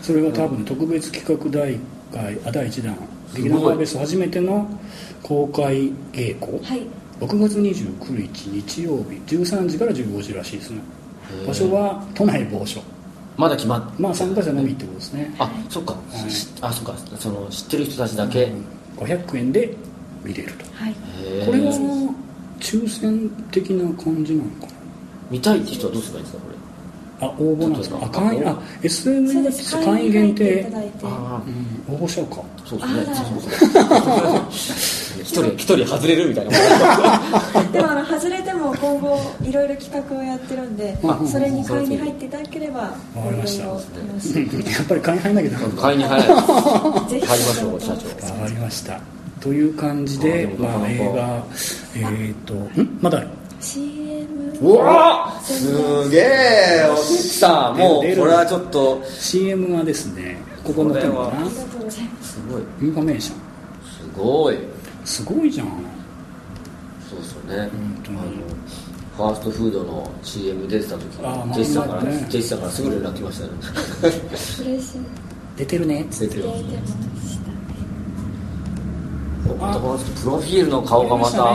[SPEAKER 1] それが多分特別企画第一回あ第1弾
[SPEAKER 2] すごい
[SPEAKER 1] 劇団ハーベスト初めての公開稽古、
[SPEAKER 3] はい
[SPEAKER 1] 6月29日日曜日13時から15時らしいですね
[SPEAKER 2] へー
[SPEAKER 1] 場所は都内某所
[SPEAKER 2] まだ決まっ
[SPEAKER 1] まあ参加者のみってことですね
[SPEAKER 2] あそっか、
[SPEAKER 1] い
[SPEAKER 2] しあそっかその知ってる人たちだけ、
[SPEAKER 1] 500円で見れると
[SPEAKER 3] はい
[SPEAKER 2] へー
[SPEAKER 1] これは抽選的な感じなのか
[SPEAKER 2] 見たいって人はどうすればいいんですかこれ
[SPEAKER 1] なあ応募なんですかあ会員あ
[SPEAKER 3] そうです
[SPEAKER 1] SNS
[SPEAKER 3] 会
[SPEAKER 1] 会
[SPEAKER 3] 員
[SPEAKER 1] 員
[SPEAKER 3] 限
[SPEAKER 1] 限
[SPEAKER 3] 定い
[SPEAKER 1] 定
[SPEAKER 3] ただいて
[SPEAKER 2] あ
[SPEAKER 1] うん応募しちゃうか
[SPEAKER 2] あそうですね
[SPEAKER 3] あら
[SPEAKER 2] そう そう一人一人外れるみたいなも
[SPEAKER 3] でもあの外れても今後いろいろ企画をやってるんで
[SPEAKER 1] あ
[SPEAKER 3] それに会員に入っていただければい
[SPEAKER 1] か
[SPEAKER 3] ろ
[SPEAKER 1] りま
[SPEAKER 3] い
[SPEAKER 1] した
[SPEAKER 3] ろ楽し
[SPEAKER 1] うん
[SPEAKER 3] い
[SPEAKER 1] やっぱり会員入んなきゃダメなん
[SPEAKER 2] ん
[SPEAKER 1] だ
[SPEAKER 2] 買いに入らない です
[SPEAKER 3] ぜひ
[SPEAKER 2] 入りましょう社
[SPEAKER 1] わかりましたという感じで
[SPEAKER 2] あでもなか
[SPEAKER 1] まあ、
[SPEAKER 2] なか
[SPEAKER 1] 映画えっ、とんまだある
[SPEAKER 3] CM
[SPEAKER 2] うわすげえおっさんもうこ
[SPEAKER 1] 出る
[SPEAKER 2] れはちょっと
[SPEAKER 1] CM がですねここの手のかな
[SPEAKER 3] ありがとうございます
[SPEAKER 2] すごい
[SPEAKER 1] インフォメーション
[SPEAKER 2] すごい
[SPEAKER 1] すごいじゃん
[SPEAKER 2] そうですよね
[SPEAKER 1] 本当に
[SPEAKER 2] あのファーストフードの CM 出てた時
[SPEAKER 1] あ
[SPEAKER 2] ジェシさんから
[SPEAKER 1] まあね
[SPEAKER 2] ジェシさんからすぐ連絡来ましたね
[SPEAKER 3] 嬉しい
[SPEAKER 1] 出てるね
[SPEAKER 2] 出て
[SPEAKER 3] 出
[SPEAKER 2] る
[SPEAKER 3] てました
[SPEAKER 2] 男の人プロフィールの顔がまた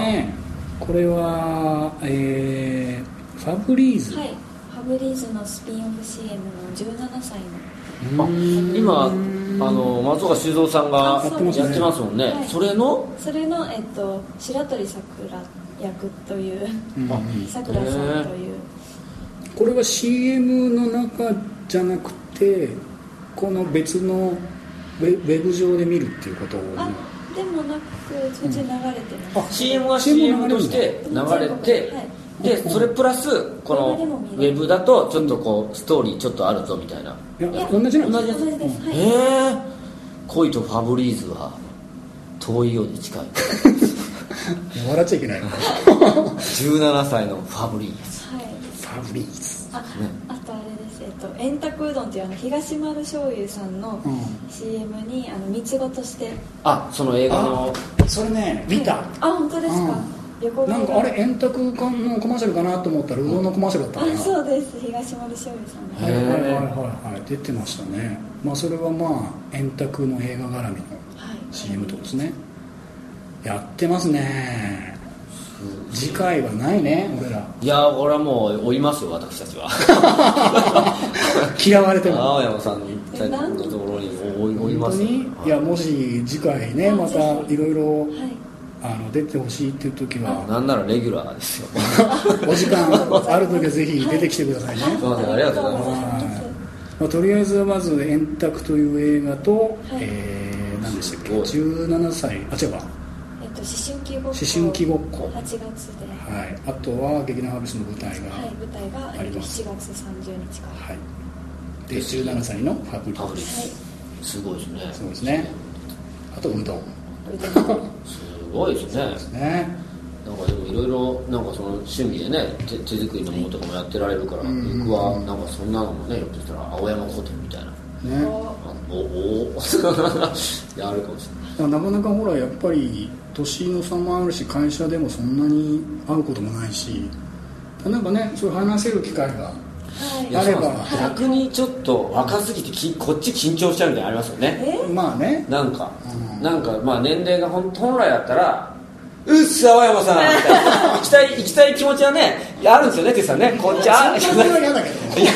[SPEAKER 1] これは、えー、ファブリーズ、
[SPEAKER 3] はいファブリーズのスピンオフ CM の17歳の
[SPEAKER 2] あ今あの松岡修造さんが
[SPEAKER 3] あそう
[SPEAKER 1] ですね
[SPEAKER 2] やってますもんね、
[SPEAKER 3] はい
[SPEAKER 2] それの
[SPEAKER 3] それの、えっと、白鳥さくら役という
[SPEAKER 1] うん
[SPEAKER 2] あ
[SPEAKER 3] さくらさんという
[SPEAKER 1] これは CM の中じゃなくてこの別のウェウェブ上で見るっていうことを
[SPEAKER 3] あでもなく途中流れてます、
[SPEAKER 2] CM は CM として流れて、
[SPEAKER 3] はい
[SPEAKER 2] でそれプラスこの
[SPEAKER 3] でも
[SPEAKER 2] ウ
[SPEAKER 3] 見れる
[SPEAKER 2] ェブだとちょっとこうストーリーちょっとあるぞみたいない
[SPEAKER 3] いや
[SPEAKER 1] や同じなん
[SPEAKER 3] 同じ
[SPEAKER 1] ですか
[SPEAKER 3] です、
[SPEAKER 2] へ
[SPEAKER 3] はい
[SPEAKER 2] え恋とファブリーズは遠いようで近い
[SPEAKER 1] うん笑っちゃいけないフ
[SPEAKER 2] 17歳のファブリーズ
[SPEAKER 3] はい
[SPEAKER 1] ァブリーズ
[SPEAKER 3] ああとあれです、えっと、円卓うどんっていうあの東丸醤油さんの
[SPEAKER 1] うん
[SPEAKER 3] CM にあの三つ子として
[SPEAKER 2] あその映画の
[SPEAKER 1] それね見た、
[SPEAKER 3] あ本当ですか、
[SPEAKER 1] うん
[SPEAKER 3] 横
[SPEAKER 1] な
[SPEAKER 3] 顔
[SPEAKER 1] ん
[SPEAKER 3] が
[SPEAKER 1] かあれ円卓のコマーシャルかなと思ったらうどんのコマーシャルだったかな
[SPEAKER 3] あそうです東森翔也さん
[SPEAKER 1] はいはいはいはいはい出てましたねまあそれはまあ円卓の映画絡みの
[SPEAKER 3] はい
[SPEAKER 1] CM ってことですねやってますね次回はないね俺ら
[SPEAKER 2] いやーこれはもう追いますよ私たちは
[SPEAKER 1] 嫌われても
[SPEAKER 2] 青山さんのところに追い追い
[SPEAKER 1] 本
[SPEAKER 2] ま
[SPEAKER 1] 当
[SPEAKER 2] す
[SPEAKER 1] にいやもし次回ね
[SPEAKER 3] あ
[SPEAKER 1] また
[SPEAKER 3] ぜひ
[SPEAKER 1] いろいろ
[SPEAKER 3] はい
[SPEAKER 1] あの出てほしいっていう時は
[SPEAKER 2] なんならレギュラーですよ
[SPEAKER 1] お時間ある時はぜひ出てきてくださいね、
[SPEAKER 2] すいませんありがとうございます
[SPEAKER 1] はいまあ、とりあえずはまず「円卓」という映画と、
[SPEAKER 3] い
[SPEAKER 1] えー何でしたっけ
[SPEAKER 2] すごい
[SPEAKER 1] 17歳あ違うわ
[SPEAKER 3] えっと思春期ごっこ
[SPEAKER 1] 思春期ごっこ
[SPEAKER 3] 8月で、は
[SPEAKER 1] はい、あとは劇団ハーベストの舞台が、はい
[SPEAKER 3] い、舞台が
[SPEAKER 1] あり
[SPEAKER 3] 7
[SPEAKER 1] ます
[SPEAKER 3] 月30日から
[SPEAKER 1] で17歳のパブリ
[SPEAKER 2] パブリ
[SPEAKER 1] ッ
[SPEAKER 2] ッ
[SPEAKER 1] ク
[SPEAKER 2] クすごいですね
[SPEAKER 1] そうですねあと運動
[SPEAKER 3] はい腕の
[SPEAKER 2] すごいですねなんか
[SPEAKER 1] ね
[SPEAKER 2] でもいろいろなんかその趣味でね手手作りのものとかもやってられるから、僕はなんかそんなのもねひょっとしたら青山ホテルみたいな
[SPEAKER 1] ね
[SPEAKER 3] こ
[SPEAKER 2] あおおーいやあるかもしれない
[SPEAKER 1] だからなかなかほらやっぱり年の差もあるし会社でもそんなに会うこともないしなんかねそういう話せる機会が
[SPEAKER 3] はい
[SPEAKER 2] いや
[SPEAKER 1] あれば
[SPEAKER 2] そうなんです逆にちょっと若すぎてきこっち緊張しちゃうみたいなのありますよね
[SPEAKER 3] え
[SPEAKER 1] まあね
[SPEAKER 2] なんか、
[SPEAKER 1] うん
[SPEAKER 2] なんかまあ年齢がほん本来だったらうっす青山さんみたいな行きたい行きたい気持ちはねあるんですよね哲さんねこっちあ
[SPEAKER 1] そんなことは嫌だけど
[SPEAKER 2] いや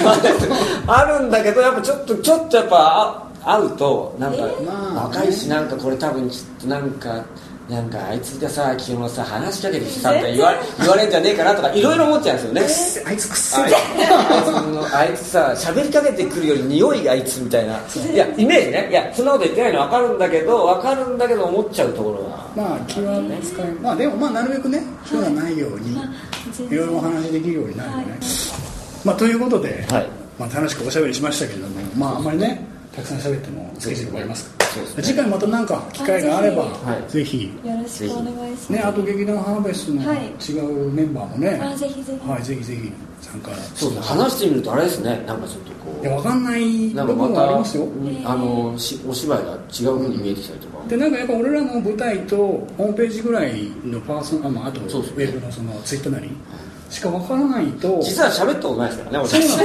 [SPEAKER 2] あるんだけどやっぱちょっとちょっとやっぱあ会うとなんか、
[SPEAKER 1] まあ
[SPEAKER 2] 若いしなんかこれ多分ちょっとなんかなんかあいつがさ昨日さ話しかけてきてさみたいな言わ言われんじゃねえかなとかいろいろ思っちゃうんですよね
[SPEAKER 1] あいつくっせ
[SPEAKER 2] あいつあいつさ喋りかけてくるより匂いあいつみたいないやイメージねいやそんなこと言ってないの分かるんだけど分かるんだけど思っちゃうところが
[SPEAKER 1] まあ気は使いまあでもまあなるべくねそういうのはないように
[SPEAKER 3] 全
[SPEAKER 1] い
[SPEAKER 3] 然
[SPEAKER 1] ろいろお話できるようになるよね、
[SPEAKER 3] はい
[SPEAKER 1] まあということで、
[SPEAKER 2] はい
[SPEAKER 1] まあ、楽しくおしゃべりしましたけれどもまああんまりねたくさん喋ってもスケジュール終わりますから
[SPEAKER 2] そうですね
[SPEAKER 1] 次回また何か機会があれば
[SPEAKER 2] あ
[SPEAKER 1] ぜひ、
[SPEAKER 3] よろしくお願いします
[SPEAKER 1] ね、あと劇団ハーベストの
[SPEAKER 3] はい
[SPEAKER 1] 違うメンバーもね、
[SPEAKER 3] あぜひぜひ
[SPEAKER 1] はい、ぜひぜひ参加
[SPEAKER 2] そうですね話してみるとあれですねなんかちょっとこ
[SPEAKER 1] いうやわかんない
[SPEAKER 2] な
[SPEAKER 1] 部
[SPEAKER 2] んかま
[SPEAKER 1] 分はあり
[SPEAKER 2] た
[SPEAKER 1] ますよ
[SPEAKER 2] うんあのしお芝居が違う風に見えてきたりとか、
[SPEAKER 1] でなんかやっぱ俺らの舞台とホームページぐらいのパーソンあ,、まあ、あとウ
[SPEAKER 2] そうですね
[SPEAKER 1] ェブのそのツイッターなりしかわからないと
[SPEAKER 2] 実は喋ったことないですからね
[SPEAKER 1] そう
[SPEAKER 2] 私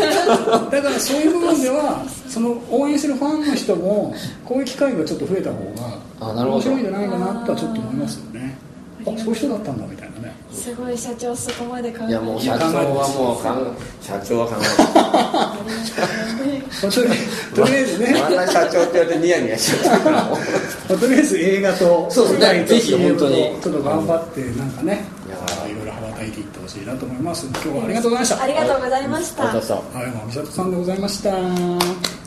[SPEAKER 1] なんだからそういう部分ではその応援するファンの人もこういう機会がちょっと増えた方
[SPEAKER 2] あ
[SPEAKER 1] が
[SPEAKER 2] なるほ
[SPEAKER 1] 面
[SPEAKER 2] ど
[SPEAKER 1] 白いんじゃないかなとはちょっと思いますよねあそういう人だったんだみたいなね
[SPEAKER 3] すごい社長そこまで考え
[SPEAKER 2] いやもう社長はもう考え社長は考
[SPEAKER 1] まあとりあえず とりあえず
[SPEAKER 2] え
[SPEAKER 1] ね、
[SPEAKER 2] ないあんな社長って言われてニヤニヤしちゃったからもう
[SPEAKER 1] まあとりあえず映画と
[SPEAKER 2] そうです
[SPEAKER 1] 舞
[SPEAKER 2] ね
[SPEAKER 1] 台と
[SPEAKER 2] ぜひ
[SPEAKER 1] CM と
[SPEAKER 2] 本当に
[SPEAKER 1] ちょっと頑張ってなんかね
[SPEAKER 2] いや
[SPEAKER 1] いろいろ羽ばたいていってほしいな と思います今日はありがとうございました
[SPEAKER 3] ありがとうございました
[SPEAKER 2] 私は
[SPEAKER 1] 青山美里さんでございました